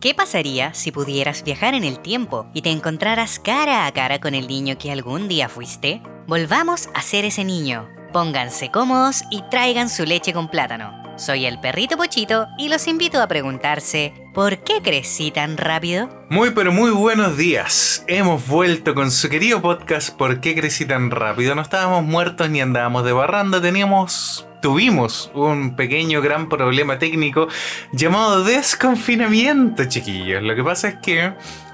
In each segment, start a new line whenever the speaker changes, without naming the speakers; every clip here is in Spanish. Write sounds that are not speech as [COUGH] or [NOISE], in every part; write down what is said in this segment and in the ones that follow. ¿Qué pasaría si pudieras viajar en el tiempo y te encontraras cara a cara con el niño que algún día fuiste? Volvamos a ser ese niño. Pónganse cómodos y traigan su leche con plátano. Soy el perrito Pochito y los invito a preguntarse, ¿por qué crecí tan rápido?
Muy pero muy buenos días. Hemos vuelto con su querido podcast ¿Por qué crecí tan rápido? No estábamos muertos ni andábamos de barranda, teníamos tuvimos un pequeño gran problema técnico llamado desconfinamiento, chiquillos. Lo que pasa es que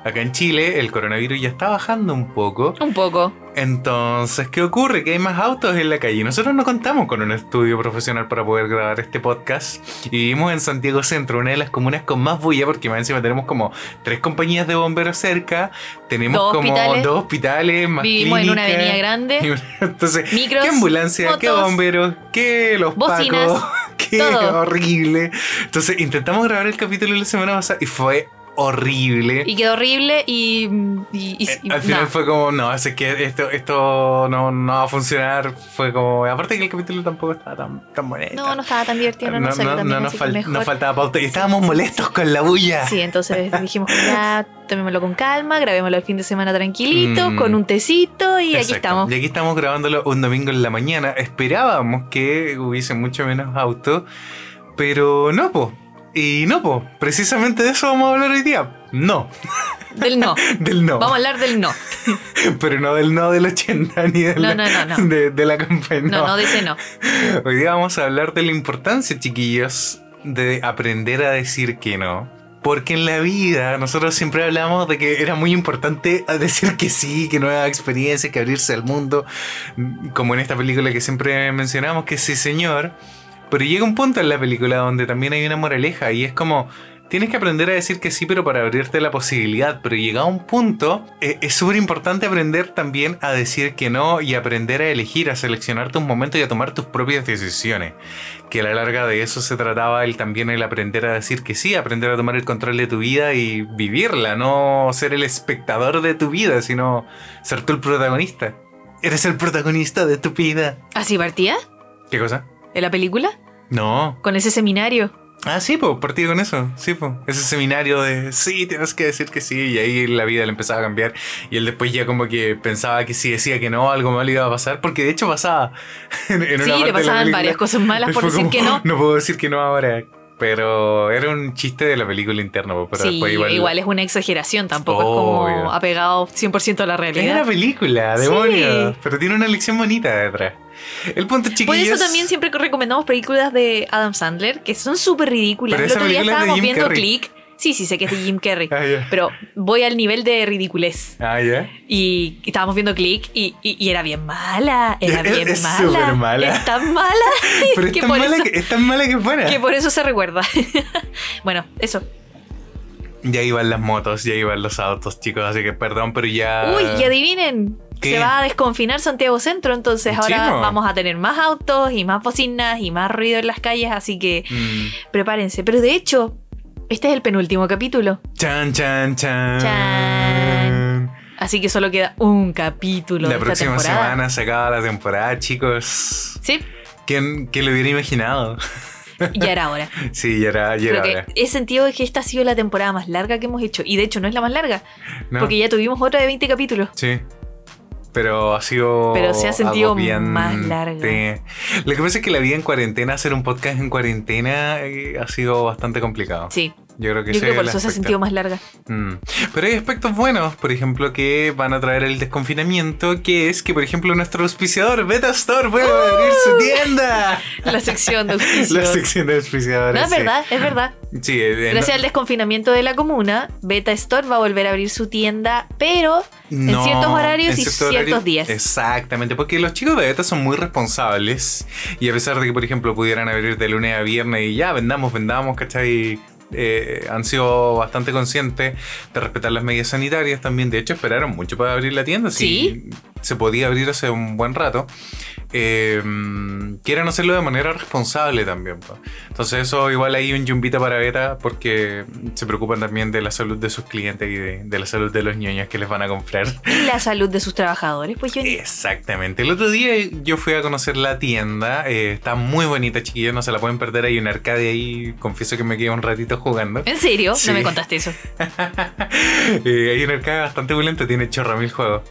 acá en Chile el coronavirus ya está bajando un poco.
Un poco.
Entonces, ¿qué ocurre? Que hay más autos en la calle. Nosotros no contamos con un estudio profesional para poder grabar este podcast. Y vivimos en Santiago Centro, una de las comunas con más bulla, porque más encima tenemos como tres compañías de bomberos cerca, tenemos
Dos
como
hospitales.
dos hospitales, más
Vivimos en una
clínicas.
avenida grande.
[LAUGHS] Entonces,
Micros,
¿Qué ambulancia? ¿Qué
motos,
bomberos? ¿Qué los
bocinas,
pacos? [LAUGHS] ¡Qué
todo.
horrible! Entonces intentamos grabar el capítulo la semana pasada y fue horrible.
Y quedó horrible y. y- y-
Eh,
y-
Al final
nah.
fue como, no, es que esto, esto no, no va a funcionar. Fue como, aparte que el capítulo tampoco estaba tan, tan bonito.
No, no estaba tan divertido, no,
No,
nos salió
no,
tan bien,
no nos
así que
fal-
mejor.
nos faltaba pauta y estábamos molestos con la bulla. [LAUGHS]
Sí, entonces dijimos, ya, tomémoslo con calma, grabémoslo el fin de semana tranquilito,
Mm.
con un tecito y aquí
Exacto.
estamos.
Y aquí estamos grabándolo un domingo en la mañana. Esperábamos que hubiese mucho menos auto, pero no, po. Y no, po. Precisamente de eso vamos a hablar hoy día. No, [LAUGHS]
Del no.
del no.
Vamos a hablar
[LAUGHS]
del no.
Pero no del no del 80 ni del
No, no, no, no.
De, de la campaña.
No, no, de ese no.
Hoy día vamos a hablar de la importancia, chiquillos, de aprender a decir que no. Porque en la vida nosotros siempre hablamos de que era muy importante a decir que sí, que nuevas experiencias, que abrirse al mundo, Mm, como en esta película que siempre mencionamos, que sí señor. Pero llega un punto en la película donde también hay una moraleja y es como, tienes que aprender a decir que sí, pero para abrirte la posibilidad. Pero llega un punto, eh, es súper importante aprender también a decir que no y aprender a elegir, a seleccionar tus momentos y a tomar tus propias decisiones. Que a la larga de eso se trataba el, también el aprender a decir que sí, aprender a tomar el control de tu vida y vivirla, no ser el espectador de tu vida, sino ser tú el protagonista. Eres el protagonista de tu vida.
¿Así partía?
¿Qué cosa?
¿En la película?
No,
Con ese seminario.
Ah, sí, pues, partido con eso, sí, pues. Ese seminario de, sí, tienes que decir que sí, y ahí la vida le empezaba a cambiar, y él después ya como que pensaba que si decía que no, algo mal iba a pasar, porque de hecho pasaba. [LAUGHS] En, en una
sí,
parte de
le
la
pasaban
película.
varias cosas malas por
Fue
decir
como,
que no.
No puedo decir que no ahora, pero era un chiste de la película interna, po, [LAUGHS] pero
Sí,
después
igual,
igual...
es una exageración, tampoco es
Obvio.
como apegado 100% a la
Es una
realidad.
película,
Sí.
demonio, pero tiene una lección bonita detrás. El punto chiquillos...
Por Pues eso también siempre recomendamos películas de Adam Sandler, que son súper ridículas.
Pero
El
esa
otro día
película es de
estábamos
Jim
viendo
Carrey.
Click. Sí, sí, sé que es de Jim Carrey.
Ah, ya.
pero voy al nivel de ridiculez.
Ah, ya.
Y estábamos viendo Click y, y- y era bien mala. Era
Es-
bien
es
mala.
súper mala.
[LAUGHS] Es tan mala.
Pero es
que,
tan,
por
mala
eso,
que, es tan mala que es buena.
que por eso se recuerda. [LAUGHS] bueno, eso.
Ya iban las motos, ya iban los autos, chicos, así que perdón, pero ya.
Uy, y adivinen.
Ah. ¿Qué?
Se va a desconfinar Santiago Centro, entonces ahora
Chino.
vamos a tener más autos y más bocinas y más ruido en las calles, así que
Mm.
prepárense. Pero de hecho, este es el penúltimo capítulo,
Chan, chan, chan.
Chan. así que solo queda un capítulo
La
de esta
próxima
temporada.
semana se acaba la temporada, chicos.
Sí,
¿Quién, quién lo hubiera imaginado? [LAUGHS]
ya era hora.
Sí, [LAUGHS] ya era, ya era
Creo que
hora.
he sentido que esta ha sido la temporada más larga que hemos hecho. Y de hecho, no es la más larga,
¿no?
porque ya tuvimos otra de 20 capítulos.
Sí. Pero ha sido.
Pero se ha sentido más
larga.
larga.
Lo que pasa es que la vida en cuarentena, hacer un podcast en cuarentena, eh, ha sido bastante complicado.
Sí,
Yo creo que
yo
ese
creo que
es
por
el
eso se ha
aspecto.
sentido más
[LAUGHS]
larga.
Mm. Pero hay aspectos buenos, por ejemplo, que van a traer el desconfinamiento, que es que, por ejemplo, nuestro auspiciador Beta Store puede abrir
¡Uh!
su
[LAUGHS]
tienda.
La sección de
La
auspicios.
sección de auspiciadores.
No, es
sí.
verdad, es verdad.
Sí, eh,
Gracias al desconfinamiento de la comuna, Beta Store va a volver a abrir su tienda, pero
no- no,
ciertos horarios y ciertos
horario-
días.
Exactamente, porque los chicos de Beta son muy responsables y a pesar de que, por ejemplo, pudieran abrir de lunes a viernes y ya vendamos, vendamos, ¿cachai? Eh, han sido bastante conscientes de respetar las medidas sanitarias también. De hecho, esperaron mucho para abrir la tienda. Sí. se podía abrir hace un buen rato, eh, quieren hacerlo de manera responsable también. po. Entonces eso igual hay un yumbita para beta porque se preocupan también de la salud de sus clientes y de, de la salud de los ñoños que les van a comprar.
Y la salud de sus trabajadores, pues yo
Eh, Exactamente. El otro día yo fui a conocer la tienda. eh, está muy bonita, chiquillos. No se la pueden perder. Hay un arcade ahí. Confieso que me quedé un ratito jugando.
¿En serio?
Sí.
No me
[LAUGHS]
contaste eso.
Eh, hay un arcade bastante violento. Tiene chorro mil juegos.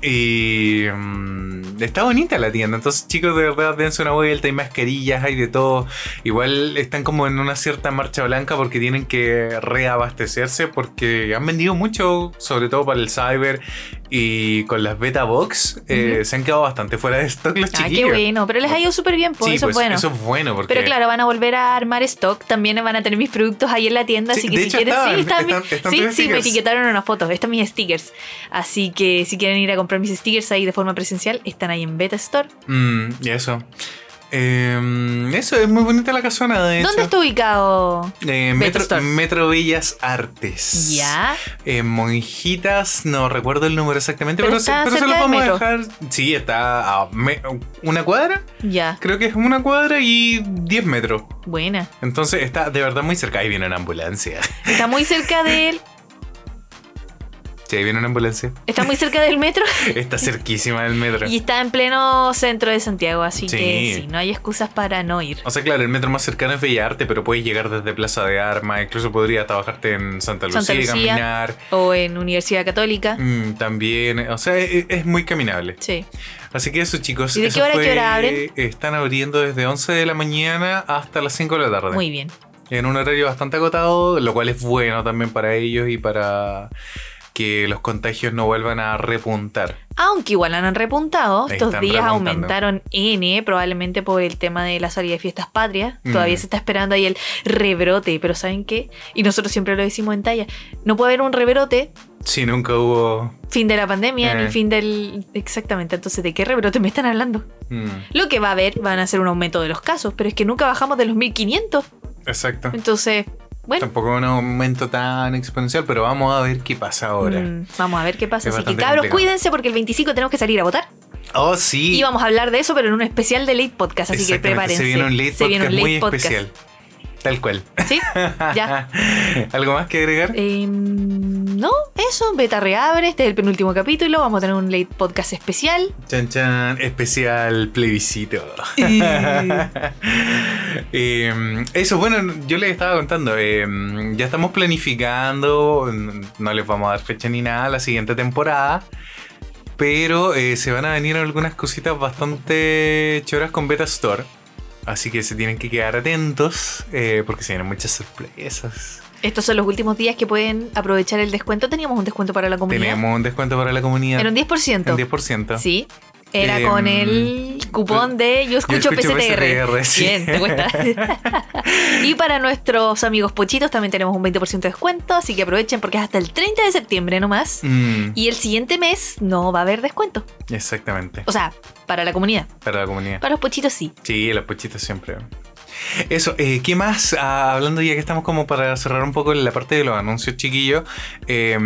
Y mm, está bonita la tienda. Entonces, chicos, de verdad, dense una vuelta. Hay mascarillas, hay de todo. Igual están como en una cierta marcha blanca porque tienen que reabastecerse porque han vendido mucho, sobre todo para el cyber. Y con las beta box eh, se han quedado bastante fuera de stock los
Ah, qué
chiquillos.
bueno. Pero les ha ido súper bien, pues
Sí,
eso
pues,
es bueno.
Eso es bueno porque.
Pero claro, van a volver a armar stock. También van a tener mis productos ahí en la tienda.
Sí,
así que
de
si
hecho,
quieren.
estaban,
sí, están mis-
están- están
sí,
tus
sí, me
stickers.
etiquetaron en una foto. Están mis stickers. Así que si quieren ir a comprar mis stickers ahí de forma presencial, están ahí en Beta Store.
Mm, y eso. Eh, eso es muy bonita la casona. De
¿Dónde
hecho.
está ubicado?
Eh,
Beto
Metro,
Store?
Metro Bellas Artes.
Ya.
Eh, Monjitas, no recuerdo el número exactamente,
Pero
pero, se,
está
pero se
cerca
lo
del
vamos
metro.
a dejar. Sí, está a me- una cuadra.
Ya.
Creo que es una cuadra y 10 metros.
Buena.
Entonces está de verdad muy cerca. Ahí viene una ambulancia. [LAUGHS]
Está muy cerca del.
Sí, ahí viene una ambulancia.
Está muy cerca del
[LAUGHS]
metro
Está cerquísima del metro.
y está en pleno centro de Santiago, así
Sí.
que sí, no hay excusas para no ir.
O sea, claro, el metro más cercano es Bellas Artes, pero puedes llegar desde Plaza de Armas. Incluso podrías trabajarte en Santa Lucía,
Santa Lucía.
caminar.
O en Universidad Católica.
Mm, también, o sea, e- es, muy caminable.
Sí.
Así que eso, chicos.
¿Y de qué
eso
hora a qué
fue-
hora abren?
Están abriendo desde 11 de la mañana hasta las 5 de la tarde.
Muy bien.
En un horario bastante agotado, lo cual es bueno también para ellos y para que los contagios no vuelvan a repuntar.
Aunque igual han repuntado,
Ahí
estos
están
días
repuntando.
aumentaron N, probablemente por el tema de la salida de fiestas patrias.
Mm.
Todavía se está esperando ahí el rebrote, pero ¿saben qué? Y nosotros siempre lo decimos en talla. No puede haber un rebrote,
Si nunca hubo.
fin de la pandemia,
Eh.
ni fin del... Exactamente, entonces, ¿de qué rebrote me están hablando?
mm,
Lo que va a haber van a ser un aumento de los casos, pero es que nunca bajamos de los 1500.
exacto.
Entonces, bueno,
Tampoco un aumento tan exponencial, pero vamos a ver qué pasa ahora.
mm, vamos a ver qué pasa.
Es
Así que
bastante
cabros,
complicado.
cuídense porque el 25 tenemos que salir a votar.
Oh, sí.
Y vamos a hablar de eso, pero en un especial de Late Podcast, así que
Exactamente,
prepárense.
Se viene un late
Se viene
podcast
un
muy
podcast.
especial. Tal cual. [LAUGHS]
¿Sí? Ya.
¿Algo más que agregar?
Eh, no, eso, Beta reabre, este es el penúltimo capítulo, vamos a tener un Late Podcast especial.
Chan chan, especial plebiscito. [LAUGHS] Eh, eso, bueno, yo les estaba contando, eh, ya estamos planificando, no les vamos a dar fecha ni nada, la siguiente temporada, pero eh, se van a venir algunas cositas bastante choras con Beta Store, así que se tienen que quedar atentos eh, porque se vienen muchas sorpresas.
Estos son los últimos días que pueden aprovechar el descuento. Teníamos un descuento para la comunidad.
Tenemos un descuento para la comunidad.
Era un 10%.
Un 10%.
Sí. Era
Eh,
con el cupón de Yo
Yo
escucho, PCTR.
sí.
[LAUGHS] Bien,
[LAUGHS]
te cuesta. y para nuestros amigos pochitos también tenemos un 20% de descuento, así que aprovechen porque es hasta el 30 de septiembre nomás.
Mm,
Y el siguiente mes no va a haber descuento.
exactamente,
O sea, para la comunidad.
para la comunidad.
Para los pochitos sí.
Sí, las pochitas siempre. Eso, eh, ¿qué más? Ah, hablando ya que estamos como para cerrar un poco la parte de los anuncios, chiquillos. eh,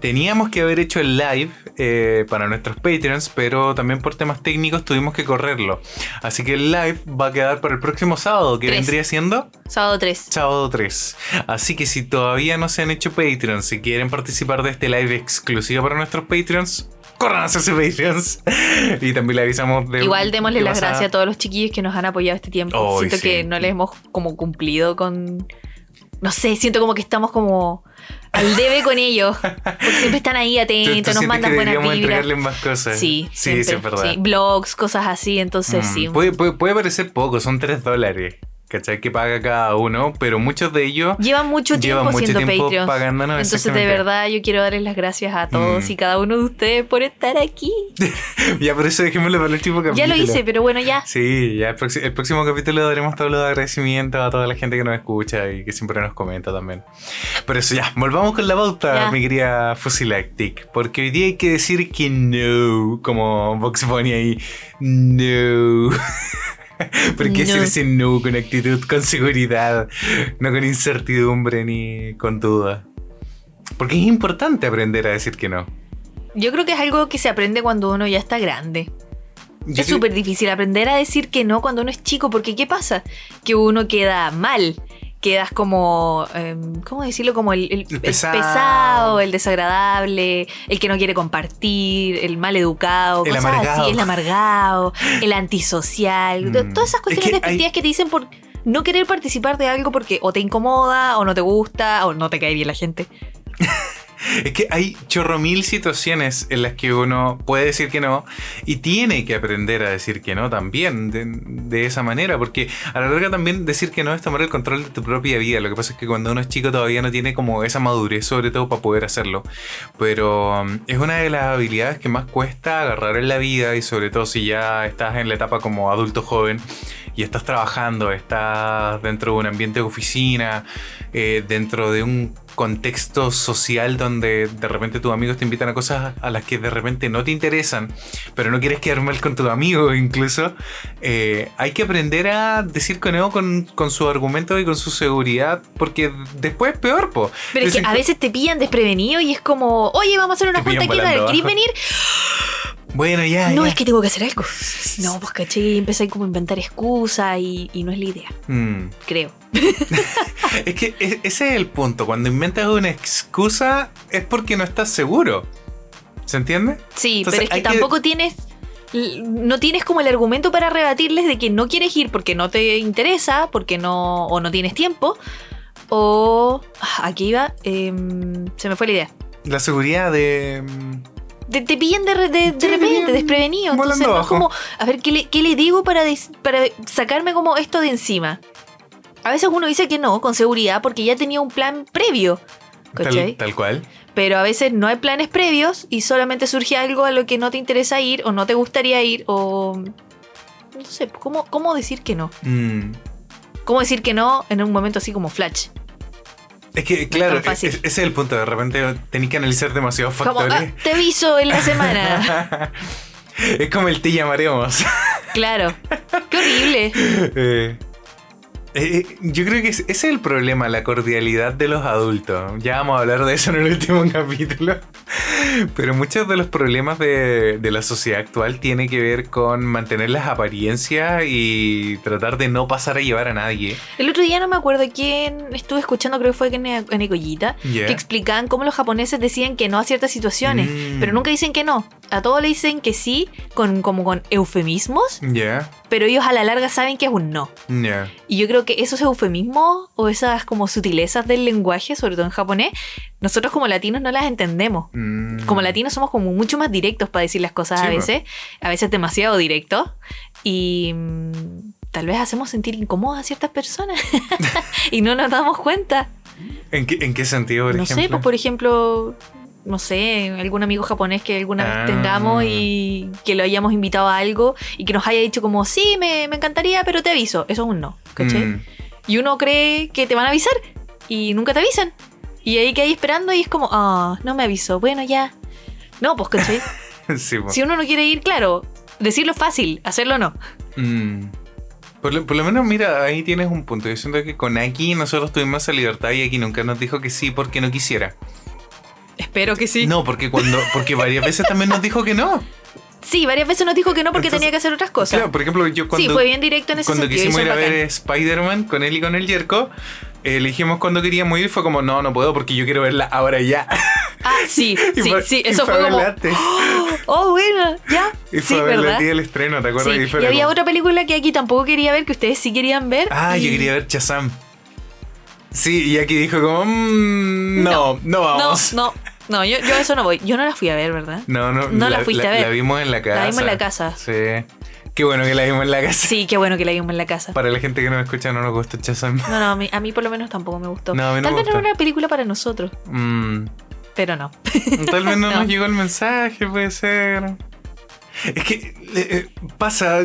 teníamos que haber hecho el live eh, para nuestros Patreons, pero también por temas técnicos tuvimos que correrlo. Así que el live va a quedar para el próximo sábado, que
Tres.
vendría siendo
Sábado 3.
sábado 3. Así que si todavía no se han hecho Patreons y quieren participar de este live exclusivo para nuestros Patreons, corran a hacerse Patreons. y también le avisamos de.
Igual démosle
que
las
Eh, vas a-
gracias a todos los chiquillos que nos han apoyado este tiempo.
Ay,
siento
sí.
que no les hemos como cumplido con... No sé, siento como que estamos como al debe con ellos. Porque siempre están ahí
¿Tú- tú
atentos, nos
sientes
mandan
que
buenas
deberíamos
vibras.
entregarle más cosas.
Sí,
sí,
siempre,
sí, es verdad.
sí. Blogs, cosas así, entonces
Mm,
sí.
Puede, puede- puede parecer poco, son 3 dólares. ¿Cachai? Que paga cada uno, pero muchos de ellos
Llevan mucho tiempo
llevan mucho
siendo
tiempo
Patreons.
pagándonos.
Entonces, de
exactamente.
verdad, yo quiero darles las gracias a todos
Mm.
y cada uno de ustedes por estar aquí.
Ya por eso dejémoslo para el último capítulo.
Ya lo hice, pero bueno, ya.
Sí, ya el, proxi- el próximo capítulo daremos todos los agradecimientos a toda la gente que nos escucha y que siempre nos comenta también. Pero eso ya, volvamos con la pauta,
Ya.
mi querida Fusilactic. Porque hoy día hay que decir que no, como Vox Bunny ahí, no. [LAUGHS] Porque se
No.
dice no con actitud, con seguridad, no con incertidumbre ni con duda. Porque es importante aprender a decir que no.
Yo creo que es algo que se aprende cuando uno ya está grande.
Yo
es
creo-
súper difícil aprender a decir que no cuando uno es chico, porque ¿qué pasa? Que uno queda mal. Quedas como, eh, ¿cómo decirlo? Como el, el- el
pesado.
pesado, el desagradable, el que no quiere compartir, el mal educado,
El
cosas
amargado.
así, el amargado, el antisocial,
Mm.
todas esas cuestiones
Es que hay-
despectivas que te dicen por no querer participar de algo porque o te incomoda, o no te gusta, o no te cae bien la gente.
Es que hay chorro mil situaciones en las que uno puede decir que no y tiene que aprender a decir que no también de, de esa manera, porque a la larga también decir que no es tomar el control de tu propia vida. Lo que pasa es que cuando uno es chico todavía no tiene como esa madurez, sobre todo para poder hacerlo. Pero um, es una de las habilidades que más cuesta agarrar en la vida y sobre todo si ya estás en la etapa como adulto joven y estás trabajando, estás dentro de un ambiente de oficina, eh, dentro de un contexto social donde de repente tus amigos te invitan a cosas a las que de repente no te interesan, pero no quieres quedar mal con tus amigos incluso, eh, hay que aprender a decir que no con, con su argumento y con su seguridad, porque después es peor, po.
Pero es que
Dicen
a
que-
veces te pillan desprevenido y es como, oye, vamos a hacer una
Te
junta
pillan
aquí,
volando
¿querés
abajo.
venir?
Bueno, ya.
No,
ya.
es que tengo que hacer algo. No, pues caché, y empecé como a inventar excusas y, y no es la idea,
Mm.
creo.
Es que e- ese es el punto. Cuando inventas una excusa es porque no estás seguro. ¿Se entiende?
Sí,
Entonces,
pero es
hay
que
que-
tampoco tienes. l- No tienes como el argumento para rebatirles de que no quieres ir porque no te interesa, porque no. o no tienes tiempo. O. ah, Aquí iba. em, se me fue la idea.
La seguridad de... mm,
Te, te pillan de, re- de- de
Sí, te
repente,
pillan
desprevenido. Entonces,
volando
no es como, a ver, ¿qué le, qué le digo para, des- para sacarme como esto de encima? A veces uno dice que no, con seguridad, porque ya tenía un plan previo. ¿Cachai?
Tal, tal cual.
Pero a veces no hay planes previos y solamente surge algo a lo que no te interesa ir o no te gustaría ir o... No sé, ¿cómo, cómo decir que no?
Mm.
¿Cómo decir que no en un momento así como flash?
Es que, claro,
tan fácil.
es- ese es el punto. De repente tenés que analizar demasiados
Como,
factores.
"Ah, te aviso en la semana.
[LAUGHS] es como el te llamaremos. [LAUGHS]
claro. Qué horrible.
Eh, eh, yo creo que es- ese es el problema, la cordialidad de los adultos. Ya vamos a hablar de eso en el último [LAUGHS] capítulo. Pero muchos de los problemas de, de la sociedad actual tiene que ver con mantener las apariencias y tratar de no pasar a llevar a nadie.
El otro día no me acuerdo quién estuve escuchando, creo que fue en Ecollita,
Yeah.
que explicaban cómo los japoneses decían que no a ciertas situaciones,
Mm.
pero nunca dicen que no. A todos le dicen que sí, con, como con eufemismos,
Ya,
pero ellos a la larga saben que es un no.
ya.
Y yo creo que esos eufemismos o esas como sutilezas del lenguaje, sobre todo en japonés, nosotros como latinos no las entendemos.
Mm.
Como latinos somos como mucho más directos para decir las cosas
Sí,
a
po.
veces, a veces demasiado directos y mm, tal vez hacemos sentir incómodas a
[LAUGHS]
ciertas personas y no nos damos cuenta.
¿En qué, en qué sentido, por
no
ejemplo?
sé, pues por ejemplo, no sé, algún amigo japonés que alguna
Ah.
vez tengamos y que lo hayamos invitado a algo y que nos haya dicho como, sí, me, me encantaría, pero te aviso. Eso es un no, ¿cachai?
Mm. [LAUGHS]
Y uno cree que te van a avisar y nunca te avisan. Y ahí quedas esperando y es como, ah, no me avisó, bueno, ya. No, pues, ¿cachai?
Sí, pues.
si uno no quiere ir, claro, decirlo es fácil, hacerlo no.
Mm. Por lo, por lo menos, mira, ahí tienes un punto. Yo siento que con Aki nosotros tuvimos esa libertad y Aki nunca nos dijo que sí porque no quisiera.
Espero que sí.
No, porque cuando porque varias veces también nos dijo que no.
[LAUGHS] Sí, varias veces nos dijo que no porque
Entonces,
tenía que hacer otras cosas.
Claro, por ejemplo, yo cuando,
sí, fue bien directo en ese
cuando
sentido. y eso
quisimos ir a
es
ver
bacán.
Spider-Man con él y con el Yerko, eh, le dijimos cuando queríamos ir, fue como, no, no puedo porque yo quiero verla ahora ya. [LAUGHS]
Ah, sí,
Y
sí,
fue-
sí,
y
eso
fue
fue
a
como.
verla antes.
¡Oh! ¡Oh, bueno! ¿Ya?
[LAUGHS] Y
sí,
fue a verla el
¿verdad?
día del estreno, ¿te acuerdas?
Sí,
fue
Y había
como,
otra película que aquí tampoco quería ver, que ustedes sí querían ver.
Ah, yo
y-
quería ver Chazam. Sí, y Aki dijo como, "Mm, no, no,
No,
vamos.
no, no, yo, yo a eso no voy. Yo no la fui a ver, ¿verdad?
No, no,
No la fuiste a ver.
La vimos en la casa.
La vimos en la casa.
Sí. Qué bueno que la vimos en la casa.
Sí, qué bueno que la vimos en la casa.
Para la gente que no me escucha, no nos gusta Chazam.
No, no, a mí, a mí por lo menos tampoco me gustó.
No, a mí no
Tal
me
vez no
gustó.
era una película para nosotros,
Mm,
pero no.
Tal vez no,
[LAUGHS] No.
nos llegó el mensaje, puede ser. Es que eh, eh, pasa,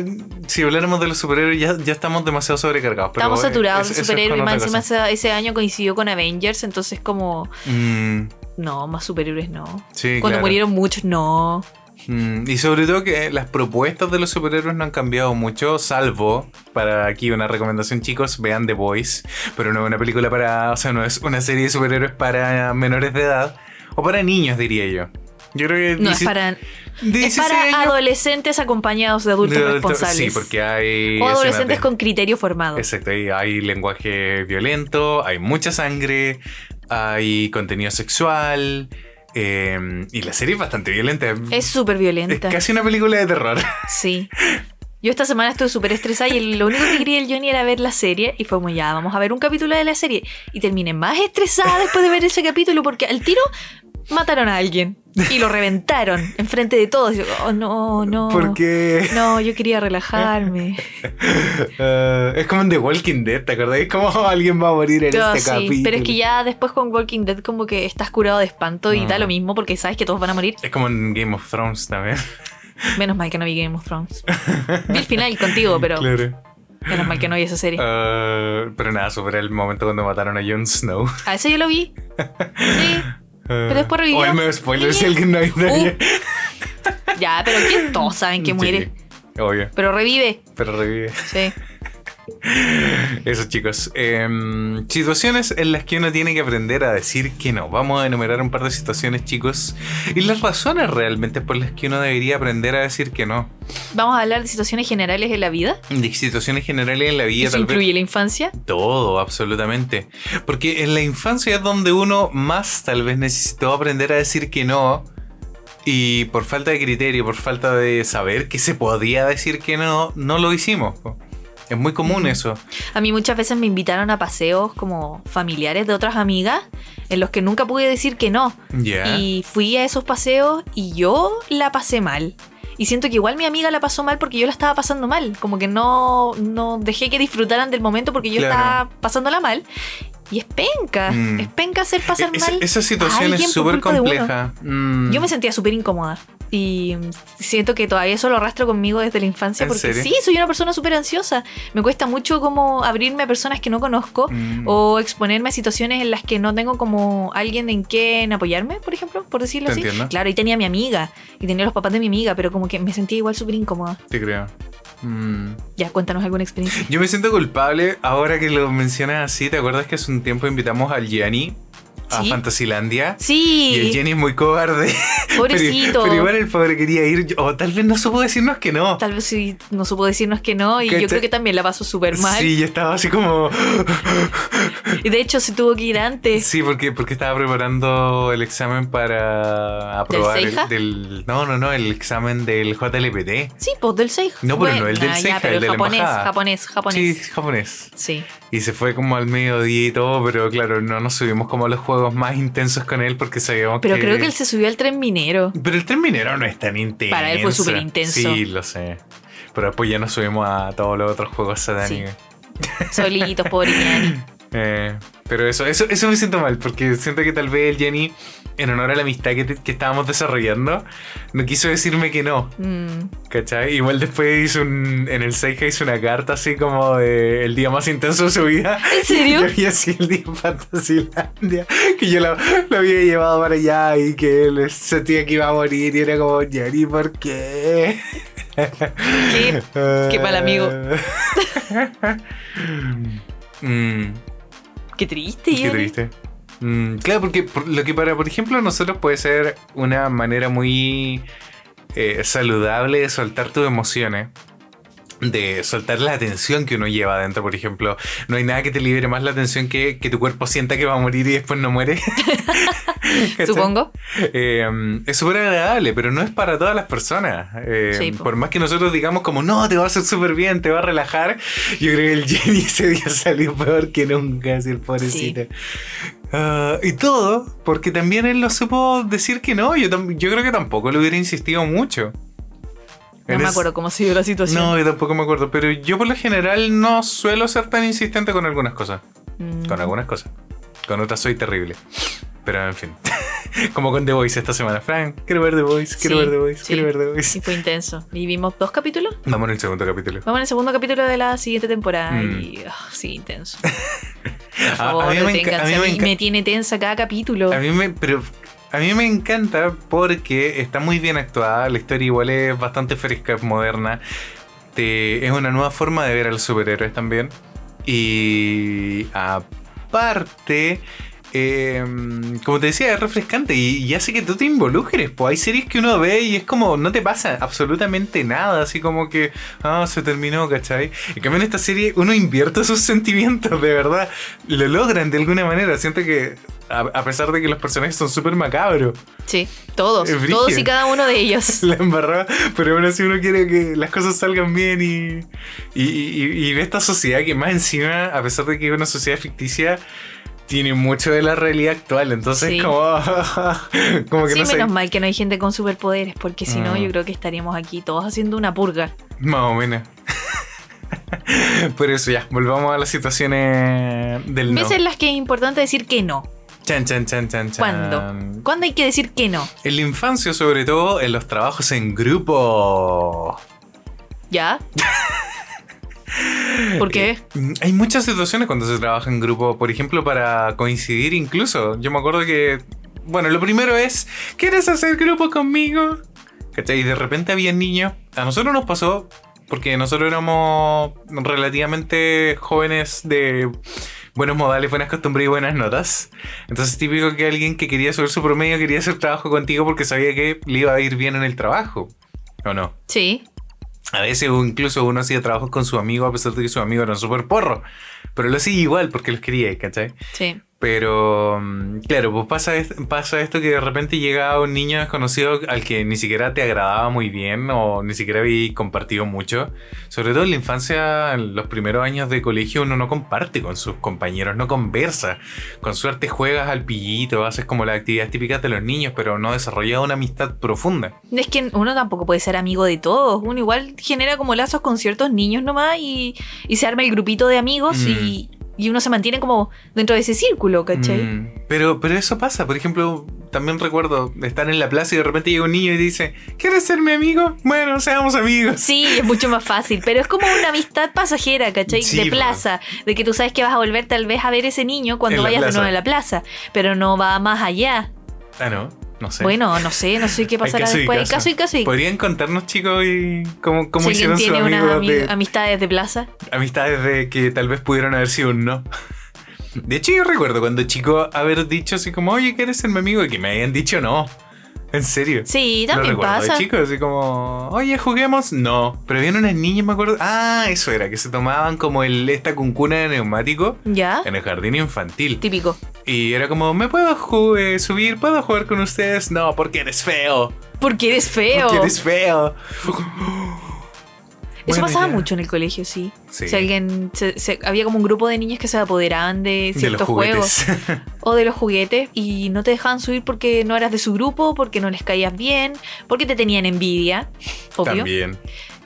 si habláramos de los superhéroes, ya, ya estamos demasiado sobrecargados. pero,
Estábamos
eh,
saturados
es-
de
eso es
superhéroes y
con
más
otra
encima
cosa.
ese, ese año coincidió con Avengers, entonces como,
Mm,
no, más superhéroes no.
sí,
Cuando
claro.
murieron muchos, no.
Mm, y sobre todo que las propuestas de los superhéroes no han cambiado mucho, salvo para aquí una recomendación, chicos, vean The Voice, pero no es una película para, o sea, no es una serie de superhéroes para menores de edad o para niños, diría yo. Yo creo que
No, es
dieci-
para, es
16
para
años.
adolescentes acompañados de adultos
De adulto-
responsables.
Sí, porque hay.
o adolescentes
escena
con criterio formado.
de- Exacto, hay, hay lenguaje violento, hay mucha sangre, hay contenido sexual. eh, y la serie es bastante violenta.
Es súper
Es
violenta.
casi una película de terror.
Sí. Yo esta semana estuve súper estresada y el- lo único que quería el Johnny era ver la serie y fue como ya, vamos a ver un capítulo de la serie. Y terminé más estresada después de ver ese capítulo porque al tiro mataron a alguien y lo reventaron enfrente de todos. Y yo, oh no, no.
Porque [LAUGHS]
No, yo quería relajarme.
eh, es como en The Walking Dead, ¿te acordás? Es como [LAUGHS] alguien va a morir [LAUGHS] en
No,
este
sí,
capítulo.
pero es que ya después con Walking Dead como que estás curado de espanto y
Mm.
da lo mismo porque sabes que todos van a morir.
Es como en Game of Thrones
[LAUGHS]
también.
Menos mal que no vi Game of Thrones. Vi el final contigo, Oh, pero
[LAUGHS] Claro.
menos mal que no vi esa serie.
Eh, pero nada, sobre el momento cuando mataron a Jon Snow. [LAUGHS] Eh,
A ese yo lo vi. Sí.
Pero
después revivió.
O el medio spoiler si alguien no ha visto.
Uh. Ya, pero que todos saben
Sí,
que muere.
Obvio,
Pero revive.
pero revive. [LAUGHS]
Sí.
Eso, chicos. Em, situaciones en las que uno tiene que aprender a decir que no. Vamos a enumerar un par de situaciones, chicos. Y las razones realmente por las que uno debería aprender a decir que no.
Vamos a hablar de situaciones generales de la vida.
De situaciones generales en la vida,
Eso
tal vez.
incluye la infancia.
Todo, absolutamente. Porque en la infancia es donde uno más tal vez necesitó aprender a decir que no. Y por falta de criterio, por falta de saber que se podía decir que no, no lo hicimos. po. Es muy
Mm.
común eso.
A mí muchas veces me invitaron a paseos como familiares de otras amigas en los que nunca pude decir que no.
Ya.
Y fui a esos paseos y yo la pasé mal. Y siento que igual mi amiga la pasó mal porque yo la estaba pasando mal. Como que no, no dejé que disfrutaran del momento porque yo
Claro.
estaba pasándola mal. Y es penca.
Mm.
Es penca hacer pasar
Esa-
mal.
esa situación
alguien
es
por
súper
culpa de uno.
compleja. Mm.
Yo me sentía súper incómoda y mm, siento que todavía eso lo arrastro conmigo desde la infancia
¿En
porque
serio?
sí, soy una persona súper ansiosa. Me cuesta mucho como abrirme a personas que no conozco
Mm.
o exponerme a situaciones en las que no tengo como alguien en quien apoyarme, por ejemplo, por decirlo
Te
así.
entiendo.
Claro, y tenía a mi amiga y tenía a los papás de mi amiga, pero como que me sentía igual súper incómoda.
Te creo. Mm.
Ya, cuéntanos alguna
[LAUGHS]
experiencia.
Yo me siento culpable ahora que lo mencionas así. ¿Te acuerdas que hace un tiempo invitamos al Gianni a
Sí.
Fantasilandia? Y el
Sí,
Gianni es muy cobarde.
pobrecito.
Pero, pero igual el pobre quería ir, o tal vez no supo decirnos que no.
Tal vez sí, no supo decirnos que no y yo
¿Cachai?
creo que también la pasó súper mal.
Sí, yo estaba así como.
Y de hecho se tuvo que ir antes.
[GASPS] Sí, porque, porque estaba preparando el examen para aprobar. el-
Seija?
del- no, no, no, el examen del JLPT.
Sí, pues del Seija.
No, pero no el del
ah, ya,
Seija,
pero
el de la
japonés,
embajada.
japonés, japonés.
Sí,
Sí.
japonés. Y se fue como al mediodía y todo, pero claro, no nos subimos como a los juegos más intensos con él porque sabíamos
Pero
que.
creo que él se subió al
[LAUGHS]
tren minero.
Pero el tren minero no es tan intenso.
Para él fue súper intenso.
Sí, lo sé. Pero después ya nos subimos a todos los otros juegos satánicos.
Solitos, pobre Ñani.
Eh, pero eso, eso, eso me siento mal, porque siento que tal vez el Jenny, en honor a la amistad que, te- que estábamos desarrollando, no quiso decirme que no,
Mm.
¿cachai? Igual después hizo un, en el Seija hizo una carta así como de el día más intenso de su vida.
¿En
[LAUGHS]
serio?
Y había así el día en Fantasilandia, que yo lo, lo había llevado para allá y que él sentía que iba a morir y era como, Jenny, ¿por qué?
¿Qué? Qué mal amigo.
[LAUGHS] Mm.
Qué triste,
Qué
Ñani.
triste. Mm, claro, porque por- lo que para, por ejemplo, nosotros puede ser una manera muy eh, saludable de soltar tus emociones. De soltar la tensión que uno lleva adentro, por ejemplo. No hay nada que te libere más la tensión que, que tu cuerpo sienta que va a morir y después no muere. ¿Cachai?
Supongo.
Eh, mm, es súper agradable, pero no es para todas las personas. Eh,
Sí, po.
por más que nosotros digamos como, no, te va a hacer súper bien, te va a relajar, yo creo que el Jenny [LAUGHS] ese día salió peor que nunca, así el pobrecito. Ah, y todo, porque también él lo supo decir que no, yo, tam- yo creo que tampoco le hubiera insistido mucho.
No
Él
me
es-
acuerdo cómo se dio la situación.
No, yo tampoco me acuerdo, pero yo por lo general no suelo ser tan insistente con algunas cosas.
Mm.
Con algunas cosas. Con otras soy terrible. Pero en fin. [LAUGHS] Como con The Voice esta semana. Frank, quiero ver The Voice, quiero
Sí,
ver The Voice,
sí.
quiero ver The Voice.
Sí, fue intenso. Y vimos dos capítulos.
Vamos en el segundo capítulo.
Vamos en el segundo capítulo de la siguiente temporada.
Mm.
Y ah, sí, intenso.
A-
Por
[LAUGHS]
favor,
a, mí me enca- a
deténganse.
mí
A
me
mí
enca-
me tiene tensa cada capítulo.
a mí me- pero a mí me encanta porque está muy bien actuada. La historia igual es bastante fresca, es moderna. Te- es una nueva forma de ver a los superhéroes también. Y aparte, eh, como te decía, es refrescante y, y hace que tú te involucres. Pues hay series que uno ve y es como, no te pasa absolutamente nada, así como que, ah, se terminó, ¿cachai? En cambio, en esta serie uno invierte sus [LAUGHS] sentimientos, de verdad. Lo logran de alguna manera. Siento que, a, a pesar de que los personajes son súper macabros, [LAUGHS]
Sí, todos,
Es brígido.
todos y cada uno de
[LAUGHS]
ellos.
la embarrada, pero aún así uno quiere que las cosas salgan bien y, y, y- y de esta sociedad que más encima, a pesar de que es una sociedad ficticia, tiene mucho de la realidad actual, entonces
Sí.
como, [LAUGHS] como que
Sí,
no sé,
menos mal que no hay gente con superpoderes, porque si no,
Mm.
yo creo que estaríamos aquí todos haciendo una purga.
más o menos. [LAUGHS] Por eso ya, volvamos a las situaciones del no.
Veces en las que es importante decir que no.
Chan, chan, chan, chan, chan.
¿Cuándo? ¿Cuándo hay que decir que no?
En la infancia, sobre todo, en los trabajos en grupo.
¿Ya?
[LAUGHS]
¿Por qué?
Mm, Hay muchas situaciones cuando se trabaja en grupo, por ejemplo, para coincidir incluso. Yo me acuerdo que, bueno, lo primero es, ¿quieres hacer grupo conmigo? ¿Cachai? Y de repente había niños. A nosotros nos pasó, porque nosotros éramos relativamente jóvenes de buenos modales, buenas costumbres y buenas notas. Entonces típico que alguien que quería subir su promedio quería hacer trabajo contigo porque sabía que le iba a ir bien en el trabajo. ¿O no?
Sí.
A veces o incluso uno hacía trabajos con su amigo a pesar de que su amigo era un súper porro. Pero lo hacía igual porque los quería, ¿cachai?
Sí.
Pero mm, claro, pues pasa, est- pasa esto que de repente llegaba un niño desconocido al que ni siquiera te agradaba muy bien o ni siquiera había compartido mucho. Sobre todo en la infancia, en los primeros años de colegio, uno no comparte con sus compañeros, no conversa. Con suerte juegas al pillito, haces como las actividades típicas de los niños, pero no desarrollas una amistad profunda.
Es que uno tampoco puede ser amigo de todos. Uno igual genera como lazos con ciertos niños nomás y, y se arma el grupito de amigos
Mm.
y, y uno se mantiene como dentro de ese círculo, ¿cachai?
Mm, pero, pero eso pasa. Por ejemplo, también recuerdo estar en la plaza y de repente llega un niño y dice: ¿Quieres ser mi amigo? Bueno, seamos amigos.
Sí, es mucho más fácil, pero es como una amistad pasajera, ¿cachai?
Sí,
de
po.
plaza, de que tú sabes que vas a volver tal vez a ver ese niño cuando
En la
vayas de
plaza.
nuevo a la plaza, pero no va más allá.
Ah, no, no sé.
Bueno, no sé, no sé qué pasará
caso y
después. Hay
caso.
caso y caso y
¿Podrían contarnos, chicos, y Pues, cómo, cómo
Si alguien
hicieron sus
tiene unas
amigos
ami-
de
amistades de plaza.
amistades de que tal vez pudieron haber sido un no? [LAUGHS] De hecho, yo recuerdo cuando chico haber dicho así como, oye, ¿quieres ser mi amigo? Y que me hayan dicho no. En serio.
Sí,
Lo
también
recuerdo de
pasa.
chico, así como, oye, juguemos. No, pero habían unas niñas, me acuerdo. Ah, eso era, que se tomaban como el, esta cuncuna de neumático
¿Ya?
en el jardín infantil.
Típico.
Y era como, ¿me puedo ju- eh, subir? ¿Puedo jugar con ustedes? No, porque eres feo.
Porque eres feo.
Porque eres feo.
Eso
Bueno,
pasaba
ya.
mucho en el colegio, sí.
Sí.
Si alguien se- se- había como un grupo de niños que se apoderaban de
De los
ciertos juegos
juguetes. [LAUGHS]
o de los juguetes y no te dejaban subir porque no eras de su grupo, porque no les caías bien, porque te tenían envidia, obvio.
También.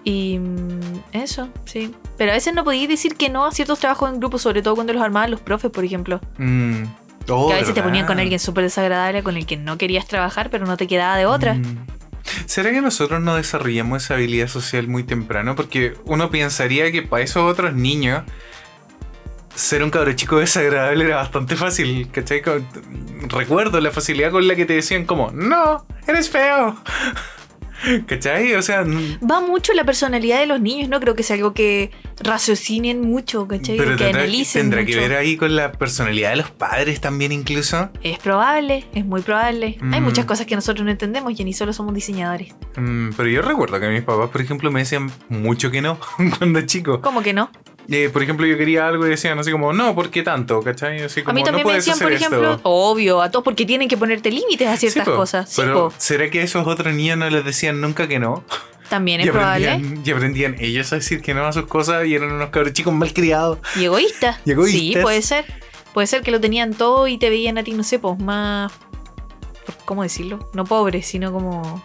Y mm, eso, sí. Pero a veces no podías decir que no a ciertos trabajos en grupo, sobre todo cuando los armaban los profes, por ejemplo.
Mm. Oh,
que a veces te
¿verdad?
ponían con alguien súper desagradable, con el que no querías trabajar, pero no te quedaba de otra.
Mm. ¿Será que nosotros no desarrollamos esa habilidad social muy temprano? Porque uno pensaría que para esos otros niños ser un cabro chico desagradable era bastante fácil, ¿cachai? Con- Recuerdo la facilidad con la que te decían como, no, eres feo. [LAUGHS] ¿Cachai? O sea, n-
Va mucho la personalidad de los niños, no creo que sea algo que raciocinen mucho, ¿cachai?
pero
que
tendrá,
analicen.
tendrá que
mucho.
ver ahí con la personalidad de los padres también incluso.
Es probable, es muy probable. Hay
Mm.
muchas cosas que nosotros no entendemos y ni solo somos diseñadores.
Mm, pero yo recuerdo que mis papás, por ejemplo, me decían mucho que no [LAUGHS] cuando chico.
¿Cómo que no?
Eh, por ejemplo, yo quería algo y decían así como, no, ¿por qué tanto? ¿Cachai? Así como,
a mí
no
también me
puedes
decían, por
hacer esto".
ejemplo, obvio, a todos porque tienen que ponerte límites a
Sí,
ciertas
po.
cosas. Sí,
Pero,
po.
¿será que a esos otros niños no les decían nunca que no? [LAUGHS]
También es
y,
probable.
aprendían, y aprendían ellos a decir que no a sus cosas y eran unos cabros chicos malcriados.
Y egoísta.
Y egoístas.
Sí, puede ser. Puede ser que lo tenían todo y te veían a ti, no sé, pues más. ¿Cómo decirlo? No pobre, sino como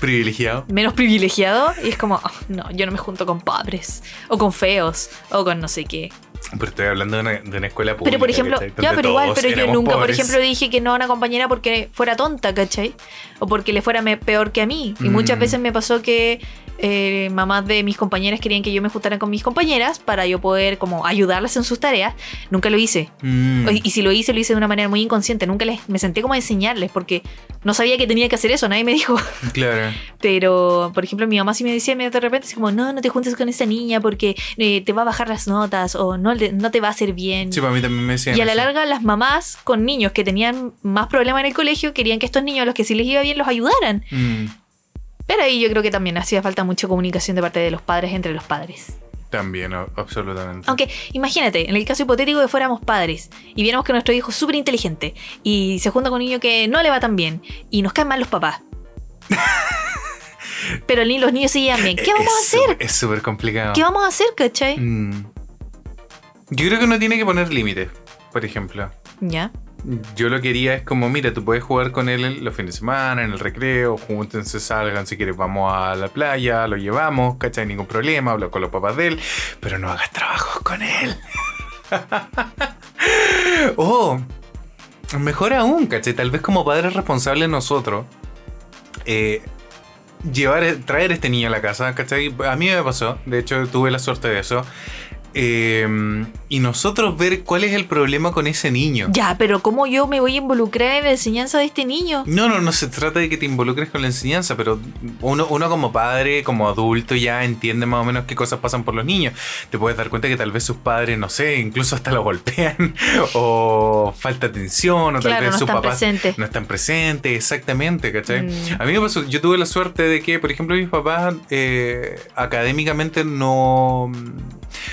Privilegiados.
menos privilegiado. Y es como, "Ah, no, yo no me junto con pobres. O con feos. O con no sé qué.
Pero estoy hablando de una, de una escuela pública.
Pero por ejemplo,
¿cachai?
ya,
Donde
pero igual,
todos
pero yo
éramos
nunca, por
pobres.
ejemplo, dije que no a una compañera porque fuera tonta, ¿cachai? O porque le fuera me- peor que a mí. Y muchas
Mm.
veces me pasó que eh, mamás de mis compañeras querían que yo me juntara con mis compañeras para yo poder como ayudarlas en sus tareas. Nunca lo hice.
Mm.
Y- Y si lo hice, lo hice de una manera muy inconsciente. Nunca les, me senté como a enseñarles porque no sabía que tenía que hacer eso. Nadie me dijo. [LAUGHS]
Claro.
Pero, por ejemplo, mi mamá sí me decía de repente, así como, no, no te juntes con esa niña porque eh, te va a bajar las notas o no, le- no te va a hacer bien.
Sí, para mí también me decían.
y a la
eso.
larga, las mamás con niños que tenían más problemas en el colegio querían que estos niños, a los que sí les iba bien, los ayudaran.
Mm,
Pero ahí yo creo que también hacía falta mucha comunicación de parte de los padres entre los padres.
También, o- absolutamente.
Aunque, imagínate, en el caso hipotético de fuéramos padres y viéramos que nuestro hijo es súper inteligente y se junta con un niño que no le va tan bien y nos caen mal
[LAUGHS]
los papás. Pero ni los niños se llevan bien. ¿Qué
Es-
vamos a
es
hacer?
súper- Es súper complicado.
¿Qué vamos a hacer, cachai?
Mm. Yo creo que uno tiene que poner límites, por ejemplo.
Ya.
Yo lo quería es como, mira, tú puedes jugar con él en los fines de semana, en el recreo, júntense, salgan, si quieres vamos a la playa, lo llevamos, ¿cachai? Ningún problema, hablo con los papás de él, pero no hagas trabajos con él. [LAUGHS] o, mejor aún, ¿cachai? Tal vez como padres responsables nosotros, eh, llevar, traer este niño a la casa, ¿cachai? A mí me pasó, de hecho tuve la suerte de eso. eh, y nosotros ver cuál es el problema con ese niño.
Ya, pero ¿cómo yo me voy a involucrar en la enseñanza de este niño?
No, no, no se trata de que te involucres con la enseñanza, pero uno, uno como padre, como adulto, ya entiende más o menos qué cosas pasan por los niños. Te puedes dar cuenta que tal vez sus padres, no sé, incluso hasta lo golpean, [LAUGHS] o falta atención, o tal
claro,
vez
no
sus
están
papás
presentes.
no están presentes, exactamente, ¿cachai?
Mm.
A mí me pasó, yo tuve la suerte de que, por ejemplo, mis papás eh, académicamente no,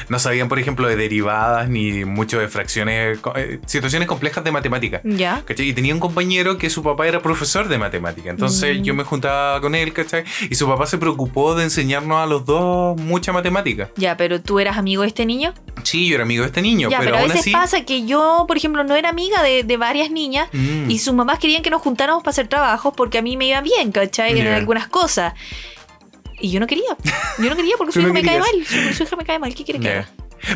no sabían, por ejemplo, de derivadas ni mucho de fracciones, co- eh, situaciones complejas de matemática.
Mm. Ya.
¿Cachai? Y tenía un compañero que su papá era profesor de matemática. Entonces
Mm.
yo me juntaba con él, ¿cachai? Y su papá se preocupó de enseñarnos a los dos mucha matemática.
Ya, pero tú eras amigo de este niño.
Sí, yo era amigo de este niño,
ya,
pero,
pero a
aún
veces
así.
pasa que yo, por ejemplo, no era amiga de, de varias niñas
Mm,
y sus mamás querían que nos juntáramos para hacer trabajos porque a mí me iba bien, ¿cachai?
Ya.
En algunas cosas. Y yo no quería. Yo no quería
[LAUGHS]
porque su
Tú no
hijo me cae
querías.
mal. Su, su hija me cae mal. ¿Qué quieres que
ya.
haga?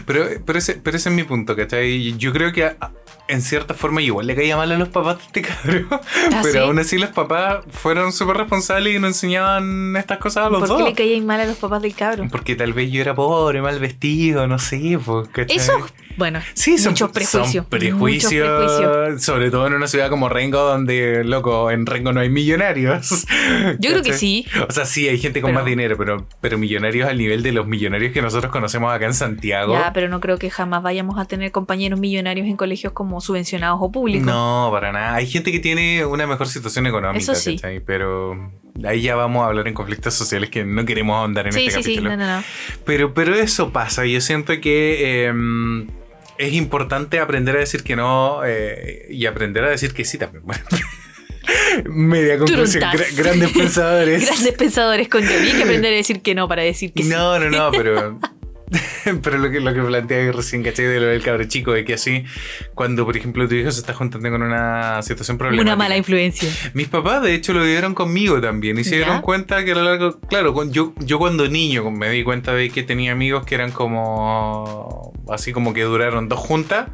Pero, pero, ese, pero ese es mi punto, ¿cachai? Yo creo que a- a- en cierta forma igual le caía mal a los papás de este cabrón.
[LAUGHS] ¿Ah,
[LAUGHS] pero
sí?
aún así los papás fueron súper responsables y nos enseñaban estas cosas a los
¿Por
dos.
qué le caían mal a los papás del cabro?
Porque tal vez yo era pobre, mal vestido, no sé, pues, ¿cachai?
Eso, bueno,
Sí, son,
muchos prejuicios.
son prejuicios,
Muchos prejuicios.
sobre todo en una ciudad como Rengo, donde, loco, en Rengo no hay millonarios.
Yo creo que
¿Cachai?
sí.
O sea, sí, hay gente con
Pero-
más dinero, pero, pero millonarios al nivel de los millonarios que nosotros conocemos acá en Santiago.
Ya, pero no creo que jamás vayamos a tener compañeros millonarios en colegios como subvencionados o públicos.
no, para nada. Hay gente que tiene una mejor situación económica,
Eso sí.
¿cachai? Pero ahí ya vamos a hablar en conflictos sociales que no queremos ahondar en
sí,
este
sí, sí,
capítulo.
no,
[LAUGHS]
no, no.
Pero, pero eso pasa. Yo siento que em, es importante aprender a decir que no eh, y aprender a decir que sí también. Bueno, [LAUGHS] media conclusión.
Turuntas.
gra-
[LAUGHS]
grandes pensadores.
Grandes pensadores con yo. Hay que aprender a decir que no para decir que sí.
No, no,
[LAUGHS]
no, pero. [LAUGHS] Pero lo que, lo que planteé recién, ¿cachai? De lo del cabro chico, de que así, cuando por ejemplo tu hijo se está juntando con una situación problemática.
Una mala influencia.
Mis papás, de hecho, lo vivieron conmigo también y se dieron
Ya.
cuenta que a lo largo. Claro, con- yo, yo cuando niño me di cuenta de que tenía amigos que eran como. Así como que duraron dos juntas.